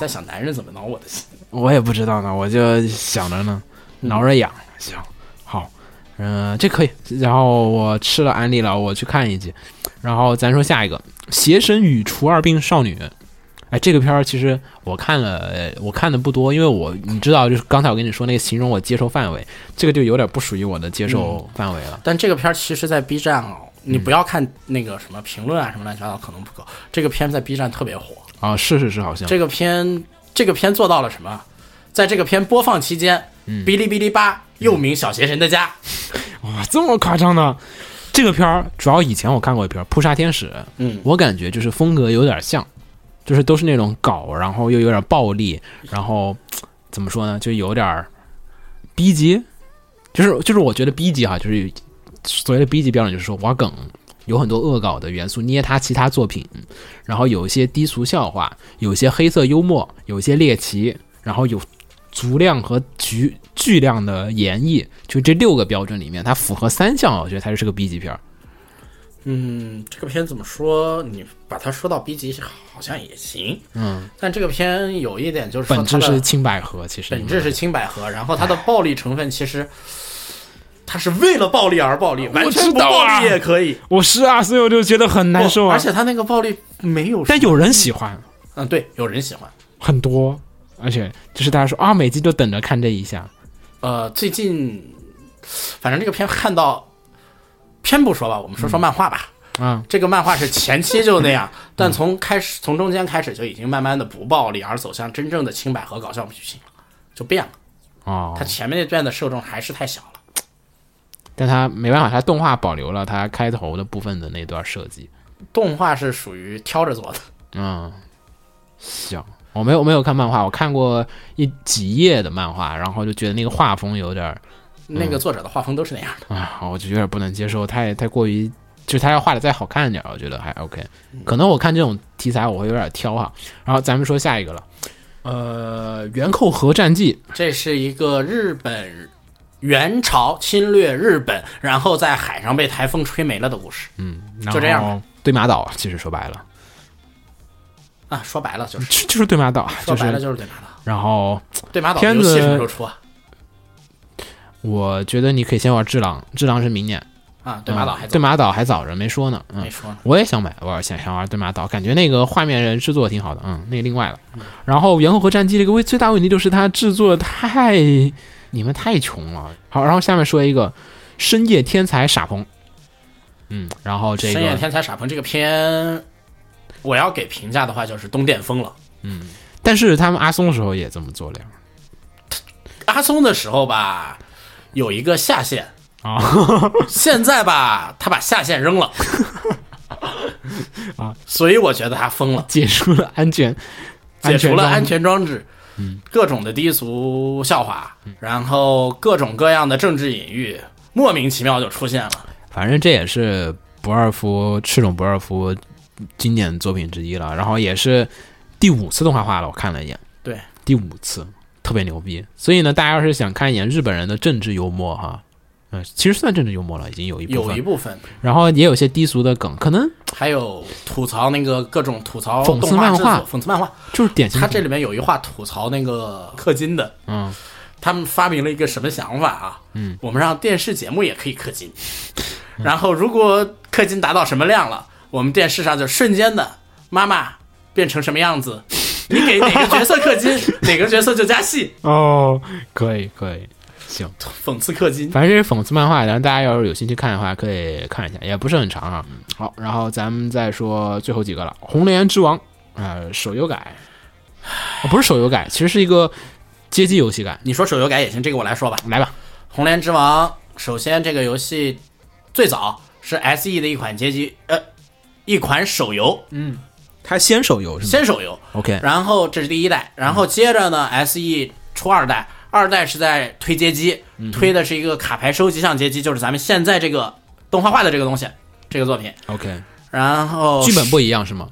S3: 在想男人怎么挠我的心。
S2: 我也不知道呢，我就想着呢，挠着痒。行，好，嗯、这可以。然后我吃了安利了，我去看一集。然后咱说下一个《邪神与除二病少女》。哎，这个片儿其实我看了，呃我看的不多，因为我你知道，就是刚才我跟你说那个形容我接受范围，这个就有点不属于我的接受范围了。
S3: 但这个片儿其实，在 B 站哦，你不要看那个什么评论啊，什么乱七八糟，可能不够。这个片在 B 站特别火。
S2: 啊，是是是，好像
S3: 这个片，这个片做到了什么？在这个片播放期间，哔哩哔哩吧，又名《小邪神的家》，
S4: 哇，啊这么夸张的，
S2: 这个片儿主要以前我看过一片儿《扑杀天使》，
S3: 嗯
S2: 我感觉就是风格有点像，就是都是那种搞，然后又有点暴力，然后怎么说呢，就有点儿 B 级，就是就是我觉得 B 级哈、就是所谓的 B 级标准，就是说玩梗。有很多恶搞的元素捏他其他作品，然后有一些低俗笑话，有一些黑色幽默，有一些猎奇，然后有足量和巨巨量的演绎，就这六个标准里面，它符合三项，我觉得它就是个 B 级片儿。
S3: 嗯，这个片怎么说？你把它说到 B 级好像也行。嗯，但这个片有一点就是说
S2: 本质
S3: 它的
S2: 是青百合，其实
S3: 本质是清百合，然后它的暴力成分其实。它是为了暴力而暴力，完全
S4: 知
S3: 不
S4: 道
S3: 暴
S4: 啊
S3: 力也可以。
S4: 我是啊，所以我就觉得很
S2: 哦
S4: 难受啊。
S3: 而且它那个暴力没有什么，
S4: 但有人喜欢
S3: 嗯，对，有人喜欢。
S4: 很多，而且就是大家说啊，每集就等着看这一下，
S3: 呃，最近反正这个片看到，片不说吧，我们说说漫画吧。
S4: 嗯嗯
S3: 这个漫画是前期就那 样，
S2: 嗯
S3: 但从开始从中间开始就已经慢慢的不暴力，而走向真正的清白和搞笑剧情了，就变了。
S2: 哦
S3: 它，前面那段的受众还是太小了。
S2: 但它没办法，它动画保留了它开头的部分的那段设计。
S3: 动画是属于挑着做的，
S2: 嗯，行，我没有我没有看漫画，我看过一几页的漫画，然后就觉得那个画风有点儿嗯
S3: 那个作者的画风都是那样的。
S2: 啊，我就有点不能接受，太太过于，就是他要画的再好看一点，我觉得还 OK。可能我看这种题材我会有点挑哈。然后咱们说下一个了，呃，《元寇核战记》
S3: 这是一个日本元朝侵略日本，然后在海上被台风吹没了的故事
S2: 嗯
S3: 就这样吧
S2: 然后对马岛，其实说白了，
S3: 啊。说白了就是，
S2: 就就是对马岛，
S3: 说
S2: 嗯就
S3: 白了
S2: 是
S3: 就是对马岛。
S2: 然后
S3: 对马岛
S2: 片
S3: 游戏
S2: 子
S3: 什么时候出啊？
S2: 我觉得你可以先玩《智狼》，《智狼》是明年。嗯
S3: 啊，对马岛还
S2: 对马岛还早着没说呢，嗯
S3: 没，说呢，
S2: 我也想买，我想想玩对马岛，感觉那个画面制作挺好的，嗯，那个另外了。然后《猿猴和战机》这个问最大问题就是它制作太，你们太穷了。好，然后下面说一个《深夜天才傻鹏》，嗯，然后这
S3: 深夜
S2: 个
S3: 天才傻鹏》这个片，我要给评价的话就是东电疯了。
S2: 但是他们阿松的时候也这么做了呀
S3: 阿松的时候吧，有一个下线，
S2: 啊，
S3: 现在吧，他把下线扔 了。啊，所以我觉得他疯了，
S2: 解除了安全，
S3: 解除了
S2: 装嗯
S3: 安全装置，各种的低俗笑话，然后各种各样的政治隐喻，莫名其妙就出现了。
S2: 反正这也是博尔夫赤冢博尔夫经典作品之一了，然后也是第五次动画化了，我看了一眼，
S3: 对，
S2: 第五次，特别牛逼。所以呢，大家要是想看一眼日本人的政治幽默哈，嗯，其实算政治幽默了，已经有一部
S3: 有
S2: 分，
S3: 一部分
S2: 然后也有些低俗的梗，可能
S3: 还有吐槽那个各种吐槽
S2: 讽刺
S3: 动画
S2: 漫
S3: 制作
S2: 画
S3: 讽刺漫画。
S2: 就是典型
S3: 他这里面有一话吐槽那个氪金的，
S2: 嗯，
S3: 他们发明了一个什么想法啊？嗯，我们让电视节目也可以氪金，然后如果氪金达到什么量了，我们电视上就瞬间的妈妈变成什么 样子，你给哪个角色氪金，哪个角色就加戏，
S2: 哦，可以可以，行，
S3: 讽刺氪金。
S2: 反正这是讽刺漫画，然后大家要是有兴趣看的话，可以看一下，也不是很长啊。好，然后咱们再说最后几个了，《红莲之王》呃，手游改，哦不是手游改，其实是一个街机游戏改。
S3: 你说手游改也行，这个我来说吧。
S2: 来吧，
S3: 《红莲之王》，首先这个游戏最早是 S.E 的一款街机，呃，一款手游，
S2: 嗯它先手游是吗
S3: 先手游，
S2: ？OK，
S3: 然后这是第一代，然后接着呢，SE 出二代，二代是在推街机，
S2: 嗯
S3: 推的是一个卡牌收集向街机，就是咱们现在这个动画化的这个东西，这个作品。
S2: OK，
S3: 然后
S2: 哦剧本不一样是吗？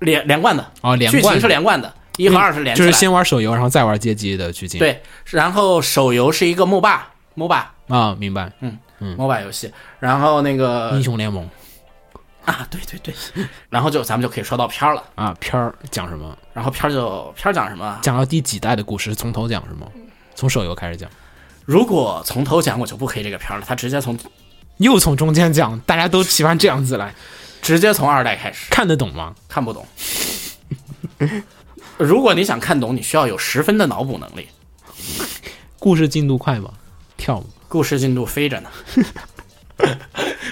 S3: 连连贯的，
S2: 哦，连
S3: 哦剧
S2: 贯嗯
S3: 情是连贯的，一和二是连起
S2: 就
S3: 来
S2: 是
S3: 的。
S2: 先玩手游，然后再玩街机的剧情。
S3: 对，然后手游是一个 MOBA，MOBA
S2: 啊，明白。
S3: MOBA 游戏，然后那个
S2: 英雄联盟
S3: 啊，对对对，然后就咱们就可以说到片儿了。
S2: 啊，片儿讲什么？
S3: 然后片儿就片儿讲什么啊？
S2: 讲到第几代的故事？从头讲是吗？从手游开始讲，
S3: 如果从头讲，我就不黑这个片儿了，他直接从
S2: 又从中间讲，大家都喜欢这样子来，
S3: 直接从二代开始。
S2: 看得懂吗？
S3: 看不懂。如果你想看懂，你需要有十分的脑补能力。
S2: 故事进度快吗？跳吗？
S3: 故事进度飞着呢，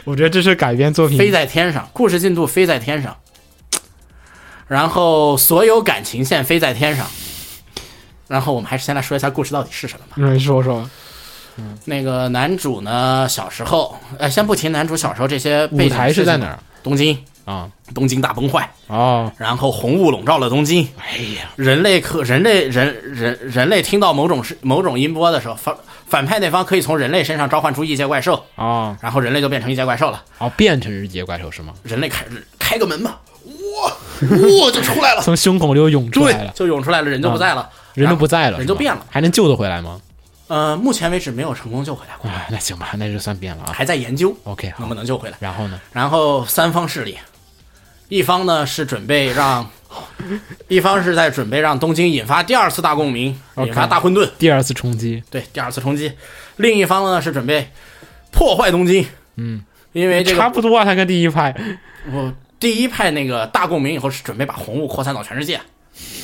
S4: 我觉得这是改编
S2: 嗯
S4: 作品
S3: 飞在天上，故事进度飞在天上，然后所有感情线飞在天上。然后我们还是先来说一下故事到底是什么吧。
S4: 你说说，
S3: 那个男主呢，小时候，呃，先不提男主小时候这些背景
S2: 舞台是在哪
S3: 事
S2: 儿
S3: 情？东京，
S2: 啊？
S3: 东京大崩坏，
S2: 哦，
S3: 然后红雾笼罩了东京。哎呀，人类可人类人人人类听到某种是某种音波的时候，反反派那方可以从人类身上召唤出异界怪兽，
S2: 哦，
S3: 然后人类就变成异界怪兽了。
S2: 哦，变成日结怪兽是吗？
S3: 人类开开个门吧，哇哇就出来了，
S2: 从胸口里又涌出来
S3: 对
S2: 了，，啊
S3: 就涌出来了，人就不在了，
S2: 人
S3: 然
S2: 都
S3: 后
S2: 不在了，
S3: 人就是
S2: 吗
S3: 变了。
S2: 还能救得回来吗？
S3: 呃，目前为止没有成功救回来过，
S2: 啊，那行吧，那就算变了啊。
S3: 还在研究
S2: OK，好
S3: 能不能救回来。
S2: 然后呢？
S3: 然后三方势力，一方呢是准备让， 一方是在准备让东京引发第二次大共鸣，引发
S2: OK
S3: 大混沌。
S2: 第二次冲击，
S3: 对，第二次冲击。另一方呢是准备破坏东京，嗯，因为这
S4: 差
S3: 个
S4: 不多啊，他跟第一派，
S3: 我第一派那个大共鸣以后是准备把红雾扩散到全世界，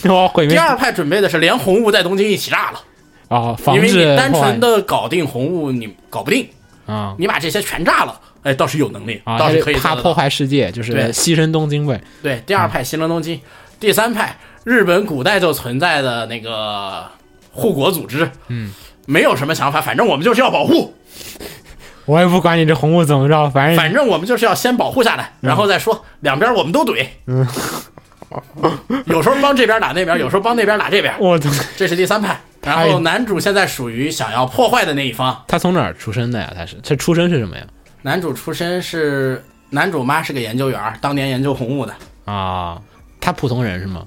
S4: 哦，毁灭
S3: 第，二派准备的是连红雾在东京一起炸了，
S4: 哦，
S2: 防
S3: 因为你
S2: 止
S3: 单
S2: 破坏
S3: 纯的搞定红雾你搞不定，
S2: 啊
S3: 你把这些全炸了，哎，倒是有能力，
S2: 啊，
S3: 倒是可以
S2: 他
S3: 做
S2: 怕
S3: 得
S2: 破
S3: 到。
S2: 坏世界，就是
S3: 对
S2: 牺牲东京呗。
S3: 对，第二派新了东京，第三派日本古代就存在的那个护国组织，嗯，没有什么想法，反正我们就是要保护。
S4: 我也不管你这红雾怎么着，反正
S3: 反正我们就是要先保护下来，然后再说，两边我们都怼。嗯， 有时候帮这边打那边，有时候帮那边打这边，
S4: 我操，
S3: 这是第三派。然后男主现在属于想要破坏的那一方，
S2: 他从哪儿出生的呀？他是他出生是什么呀？
S3: 男主出身是男主妈是个研究员，当年研究红雾的，
S2: 啊，他普通人是吗？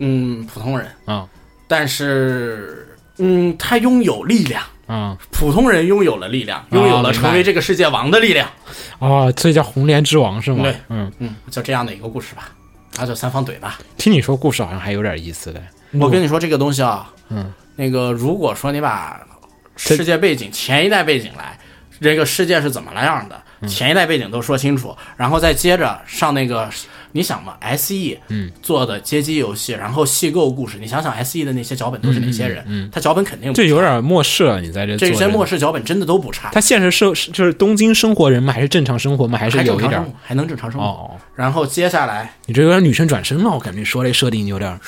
S3: 嗯，普通人，
S2: 啊
S3: 但是嗯，他拥有力量，
S2: 啊
S3: 普通人拥有了力量，拥有了成为这个世界王的力量。
S4: 哦，所以叫红莲之王是吗？
S3: 对
S4: 嗯，
S3: 嗯，就这样的一个故事吧，那就三方怼吧。
S2: 听你说故事好像还有点意思嘞。
S3: 我跟你说这个东
S2: 嗯
S3: 西啊，嗯，那个如果说你把世界背景前一代背景来，这个世界是怎么那样
S2: 嗯
S3: 的，前一代背景都说清楚，然后再接着上那个，你想嘛，S.E. 嗯做的街机游戏，然后细构故事，你想想 S.E. 的那些脚本都是哪些人？嗯，他脚本 肯定不
S2: 就有
S3: 差
S2: 点漠视了。你在这
S3: 这
S2: 做
S3: 些
S2: 个
S3: 末世脚本真的都不差，
S2: 他现实社就是东京生活人吗？还是正常生活吗？还是
S3: 还
S2: 有
S3: 正
S2: 一
S3: 常
S2: 点儿
S3: 生活，还能正常生活。
S2: 哦哦
S3: 然后接下来
S2: 你这有点女生转身了，我感觉你说这设定有点儿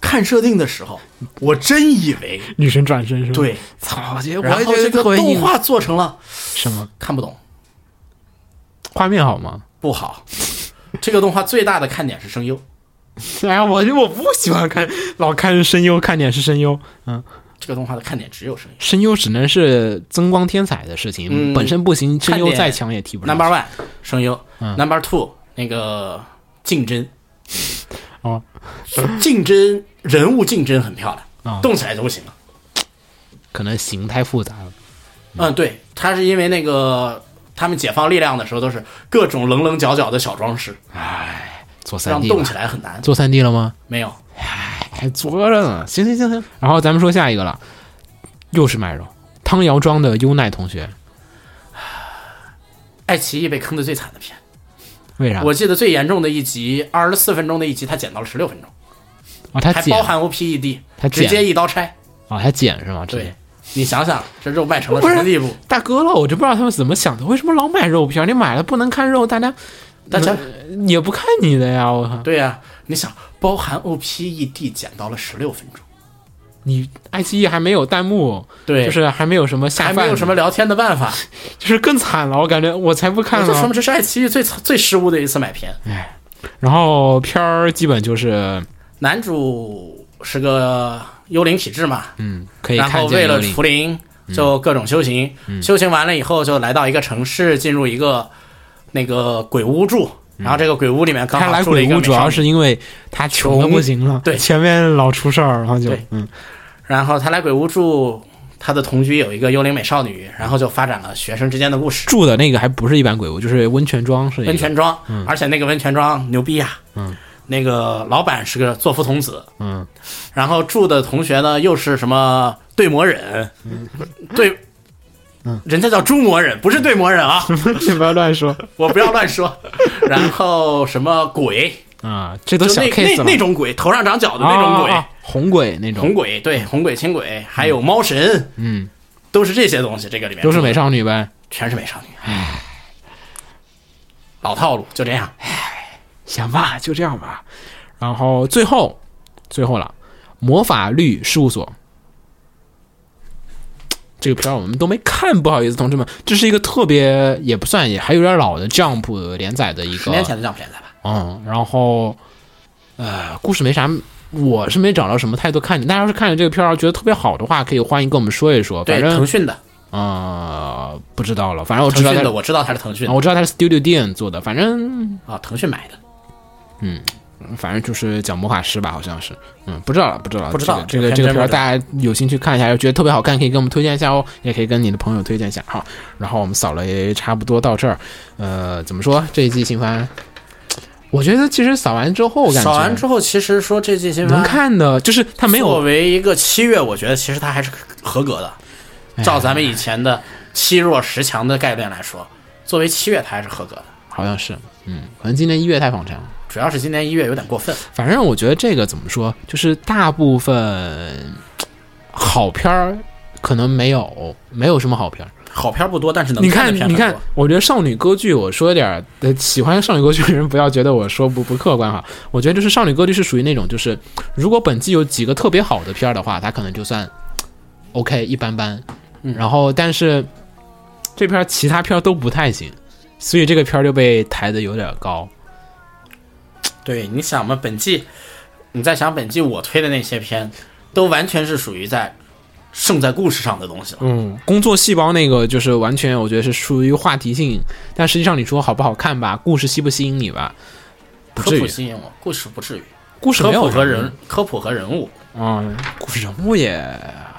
S3: 看设定的时候，我真以为
S4: 女神转身是吗？，
S3: 对，
S2: 操！我觉得
S3: 然
S2: 我也
S3: 后
S2: 觉得
S3: 这个
S2: 特别
S3: 动
S2: 硬
S3: 画做成了
S2: 什么
S3: 看不懂
S2: 画面好吗？
S3: 不好。这个动画最大的看点是声优，
S4: 哎呀，我我不喜欢看老看声优，看点是声优，
S3: 这个动画的看点只有声优。
S2: 声优只能是增光添彩的事情，
S3: 嗯
S2: 本身不行，声优
S3: 看点
S2: 再强也提不上去。
S3: Number one 声优、n u m b e r two 那个竞争，
S4: 哦，
S3: 竞争人物竞争很漂亮，
S2: 啊
S3: 动起来就不行了。
S2: 可能形太复杂了。
S3: 嗯，对，他是因为那个他们解放力量的时候都是各种棱棱角角的小装饰，
S2: 做三
S3: 让
S2: D
S3: 动起来很难。
S2: 做三 D 了吗？
S3: 没有，
S2: 还做着呢。行行行行，然后咱们说下一个了，又是卖肉。汤瑶庄的优奈同学，
S3: 爱奇艺被坑的最惨的片，
S2: 为啥？
S3: 我记得最严重的一集，二十四分钟的一集，他剪到了十六分钟，
S2: 哦，他
S3: 还
S2: 剪
S3: 包
S2: 啊、
S3: 含 OPED，
S2: 他剪
S3: 直接一刀拆。
S2: 哦，他剪是吗？直接
S3: 对，你想想，这肉卖成了
S2: 不
S3: 什
S2: 是
S3: 么地步？
S2: 大哥了，我就不知道他们怎么想的，为什么老买肉片？你买了不能看肉，大家
S3: 大家
S2: 也不看你的呀！我靠，
S3: 对呀、你想包含 OPED 剪到了十六分钟，
S2: 你爱奇艺还没有弹幕，
S3: 对
S2: 就是还没有什么下
S3: 还
S2: 饭，
S3: 没有什么，聊天 的办法。
S2: 就是更惨了。我感觉我才不看
S3: 我就说
S2: 呢
S3: 嘛，。这是爱奇艺最最失误的一次买片。
S2: 然后片儿基本就是，
S3: 男主是个幽灵体质嘛，
S2: 嗯，可以
S3: 然后
S2: 看
S3: 为
S2: 见幽嗯
S3: 了
S2: 灵
S3: 除灵，就各种修行，
S2: 嗯
S3: 修行完了以后就来到一个城市，进入一个那个鬼屋住。然后这个鬼屋里面刚
S2: 嗯他
S3: 好
S2: 来
S3: 住了一
S2: 鬼
S3: 个
S2: 屋
S3: 美
S2: 主要
S3: 少女，
S2: 是因为他穷的不行了，
S3: 对
S4: 前面老出事儿，然后就
S3: 对
S4: 嗯，
S3: 然后他来鬼屋住，他的同居有一个幽灵美少女，然后就发展了学生之间的故事。
S2: 住的那个还不是一般鬼屋，就是温泉庄是一个
S3: 温泉庄，
S2: 嗯
S3: 而且那个温泉庄牛逼呀、嗯，那个老板是个作夫童子，
S2: 嗯，
S3: 然后住的同学呢又是什么对魔忍，
S2: 嗯
S3: 对，人家叫猪魔忍，不是对魔忍啊，
S4: 你不要乱说，
S3: 我不要 乱说。然后什么鬼，
S2: 啊，这都
S3: 就
S2: 小
S3: 那
S2: case
S3: 那
S2: 了，
S3: 那种鬼，头上长角的那种鬼，
S2: 啊啊啊红鬼那
S3: 红
S2: 种，
S3: 鬼对，红鬼、青鬼，还有猫神，
S2: 嗯，
S3: 都是这些东西。这个里面
S2: 都是美，少女呗。
S3: 全是美少女，老套路，就这样。
S2: 行吧，就这样吧。然后最后，最后了，魔法律事务所。这个片儿我们都没看，不好意思，同志们，这是一个特别也不算也还有点老的 Jump 连载的一
S3: 十
S2: 个，
S3: 年前的样片子吧，
S2: 嗯，然后呃，故事没啥，我是没找到什么太多看点。大家要是看了这个片儿觉得特别好的话，可以欢迎跟我们说一说。
S3: 对，
S2: 反
S3: 腾
S2: 正
S3: 讯的，
S2: 呃，不知道了，反正我
S3: 腾
S2: 知道它
S3: 讯的，我知道它是腾讯
S2: 啊，
S3: 的
S2: 我知道它是 Studio d n 做的，反正
S3: 啊，腾讯买的。
S2: 反正就是讲魔法师吧，好像是，嗯，不知道了，不知道了，
S3: 不知道
S2: 这个
S3: 这
S2: 这个片儿
S3: 还真不知道
S2: 大家有兴趣看一下，觉得特别好看，可以给我们推荐一下哦，也可以跟你的朋友推荐一下哈。然后我们扫了也差不多到这儿，呃，怎么说这一季新番，我觉得其实扫完之后，感觉
S3: 扫完之后，其实说这季新
S2: 能
S3: 番，
S2: 看的，就是它没
S3: 作
S2: 有
S3: 为一个七月，我觉得其实它还是合格的。照咱们以前的七弱十强的概念来说，作为七月它还是合格的。
S2: 好像是，嗯，可能今年一月太放长了。
S3: 主要是今年一月有点过分，
S2: 反正我觉得这个怎么说，就是大部分好片儿可能没有，没有什么好片儿。
S3: 好片儿不多，但是能
S2: 你
S3: 的
S2: 看
S3: 片，
S2: 你
S3: 很
S2: 看
S3: 多。，
S2: 我觉得少女歌剧，我说点儿呃，喜欢少女歌剧的人不要觉得我说不不客观哈。我觉得就是少女歌剧是属于那种，就是如果本季有几个特别好的片儿的话，它可能就算 OK 一般般。
S3: 嗯
S2: 然后，但是这片儿其他片儿都不太行，所以这个片儿就被抬得有点高。
S3: 对，你想嘛，本季你再想本季我推的那些片，都完全是属于在胜在故事上的东西了。
S2: 嗯，工作细胞那个就是完全，我觉得是属于话题性，但实际上你说好不好看吧，故事吸不吸引你吧，不
S3: 科
S2: 至
S3: 普
S2: 于，
S3: 吸引我，故事不至于。
S2: 故事
S3: 科
S2: 没有
S3: 普和
S2: 什么
S3: 人，科普和人物，
S2: 嗯，故事人物也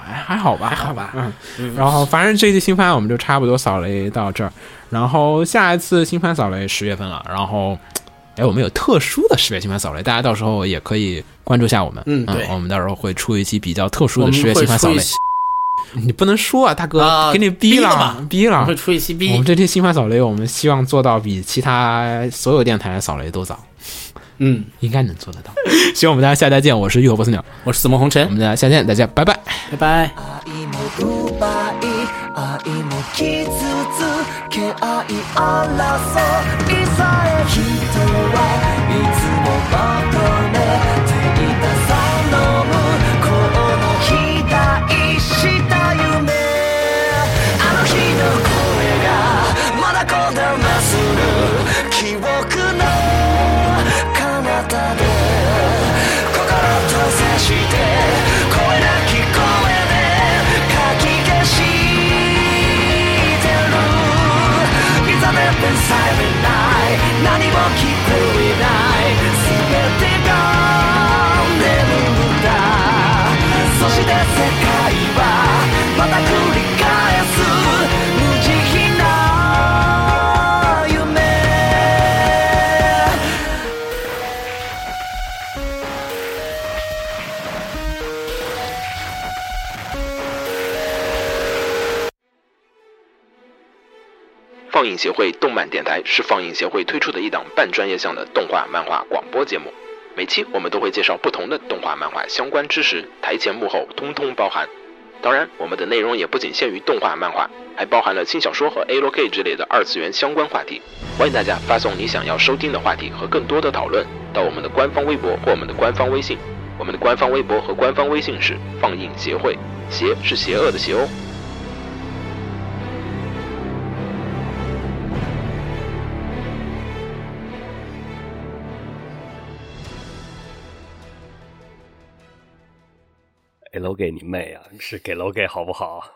S2: 还还好吧，还
S3: 好吧
S2: 嗯，然后反正这一季新番我们就差不多扫雷到这儿，然后下一次新番扫雷十月份了，然后。哎，我们有特殊的十月新番扫雷，大家到时候也可以关注一下我们。
S3: 嗯对
S2: 我们到时候会出一期比较特殊
S3: 我
S2: 的
S3: 们
S2: 十月
S3: 会
S2: 新番扫
S3: 出一
S2: 雷。
S3: 期
S2: 你不能说啊，大哥，
S3: 啊
S2: 给你逼
S3: 逼了
S2: 了
S3: 嘛，
S2: 逼
S3: 我
S2: 了
S3: 会。出一期
S2: 我
S3: B
S2: 们这期新番扫雷，我们希望做到比其他所有电台的扫雷都早，
S3: 嗯，
S2: 应该能做得到。希望我们大家下期再见，我是浴火不死鸟，
S3: 我是紫梦红
S2: 我
S3: 尘，
S2: 们大家下期再见，大家拜拜。
S3: 拜拜。
S5: 愛も奪い愛も傷つけ合い争いさえ人はいつも求めていたさ飲むこの肥大した夢あの日の声がまだこだまする記憶の彼方で心と接して声なき声でかき消すてるいざでも silent night 何も聞こえない全てが眠るんだそして世界はまた繰り返す無慈悲な夢
S6: 放映协会动漫电台是放映协会推出的一档半专业向的动画漫画广播节目。每期我们都会介绍不同的动画漫画相关知识，台前幕后通通包含。当然，我们的内容也不仅限于动画漫画，还包含了轻小说和 A l K 之类的二次元相关话题。欢迎大家发送你想要收听的话题和更多的讨论到我们的官方微博或我们的官方微信。我们的官方微博和官方微信是放映协会，邪是邪恶的邪哦。
S7: 给楼给你妹啊！是给楼给好不好？